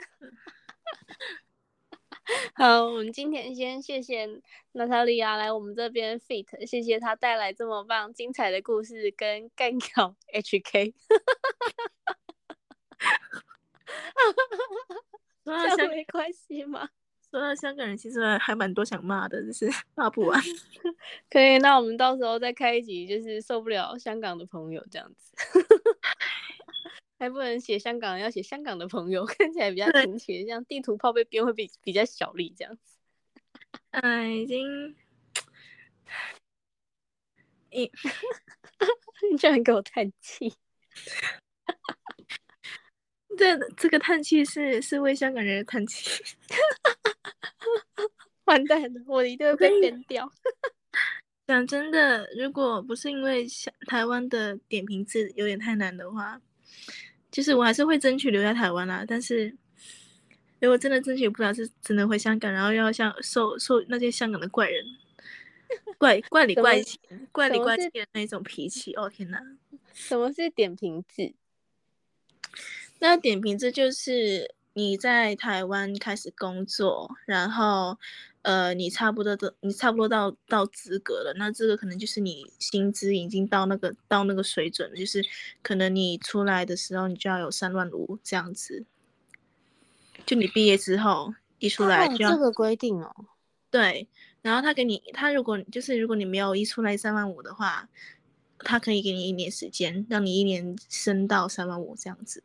Speaker 2: 好，我们今天先谢谢娜塔莉亚来我们这边 fit，谢谢她带来这么棒精彩的故事跟 干掉 HK。
Speaker 3: 说到
Speaker 2: 这
Speaker 3: 香
Speaker 2: 样，没关系吗？
Speaker 3: 说到香港人，其实还蛮多想骂的，就是骂不完。
Speaker 2: 可以，那我们到时候再开一集，就是受不了香港的朋友这样子， 还不能写香港，要写香港的朋友， 看起来比较
Speaker 3: 对
Speaker 2: 亲切，这样地图炮被编会比比较小力这样子。
Speaker 3: 嗯，已经，
Speaker 2: 你居然给我叹气，
Speaker 3: 这这个叹气是是为香港人的叹气。
Speaker 2: 完蛋了，我一定会
Speaker 3: 可
Speaker 2: 被
Speaker 3: 以
Speaker 2: 编掉。
Speaker 3: 讲真的，如果不是因为像台湾的点评字有点太难的话，就是我还是会争取留在台湾啦。但是如果真的争取不了，是真的回香港，然后又要像受受那些香港的怪人，怪怪里
Speaker 2: 怎
Speaker 3: 怪
Speaker 2: 么
Speaker 3: 气、怪里
Speaker 2: 怎么
Speaker 3: 怪
Speaker 2: 是
Speaker 3: 气的那种脾气。哦天哪！
Speaker 2: 什么是点评字？
Speaker 3: 那点评字就是你在台湾开始工作，然后呃，你差不多的，你差不多到到资格了。那这个可能就是你薪资已经到那个到那个水准了，就是可能你出来的时候你就要有三万五这样子。就你毕业之后一出来
Speaker 2: 它有
Speaker 3: 就要、
Speaker 2: 哦这个规定哦，
Speaker 3: 对，然后他给你，他如果就是如果你没有一出来三万五的话，他可以给你一年时间，让你一年升到三万五这样子。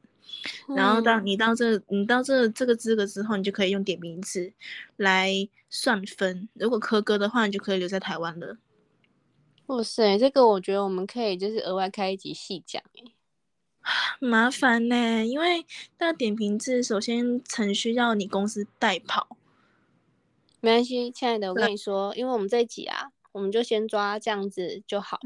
Speaker 3: 然后到
Speaker 2: 嗯
Speaker 3: 你到这你到这这个资格之后，你就可以用点名制来算分。如果合格的话，你就可以留在台湾了。
Speaker 2: 哇塞，这个我觉得我们可以就是额外开一集细讲欸
Speaker 3: 麻烦呢、因为那点评制首先程序要你公司代跑，
Speaker 2: 没关系，亲爱的，我
Speaker 3: 对啊
Speaker 2: 跟你说，因为我们这一集啊，我们就先抓这样子就好。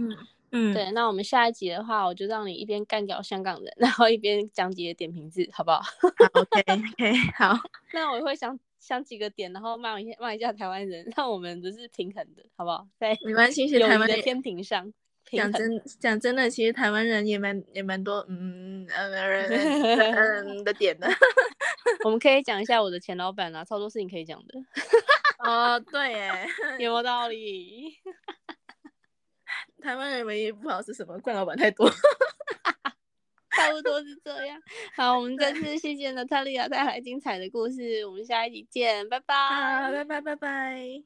Speaker 3: 嗯，
Speaker 2: 对，那我们下一集的话，我就让你一边干掉香港人， 然后一边讲几个点评字，好不 好？
Speaker 3: 好，OK OK，好，
Speaker 2: 那我会想想几个点，然后骂一下骂一下台湾人， 让我们就是平衡的，好不好？在
Speaker 3: 没关系，其实
Speaker 2: 友
Speaker 3: 台
Speaker 2: 谊
Speaker 3: 湾
Speaker 2: 的
Speaker 3: 也
Speaker 2: 天平上 平
Speaker 3: 讲
Speaker 2: 衡。
Speaker 3: 真讲真的，其实台湾人也蛮也蛮多嗯呃呃呃 嗯的点的。
Speaker 2: 我们可以讲一下我的前老板啊，超多事情可以讲的，
Speaker 3: 哦，对，哎，
Speaker 2: 有没有道理？
Speaker 3: 台湾人唯一不好是什么？怪老板太多。
Speaker 2: 差不多是这样。好，我们这次谢谢娜塔莉亚带来精彩的故事，我们下一集见，拜拜。
Speaker 3: 好，拜拜拜拜。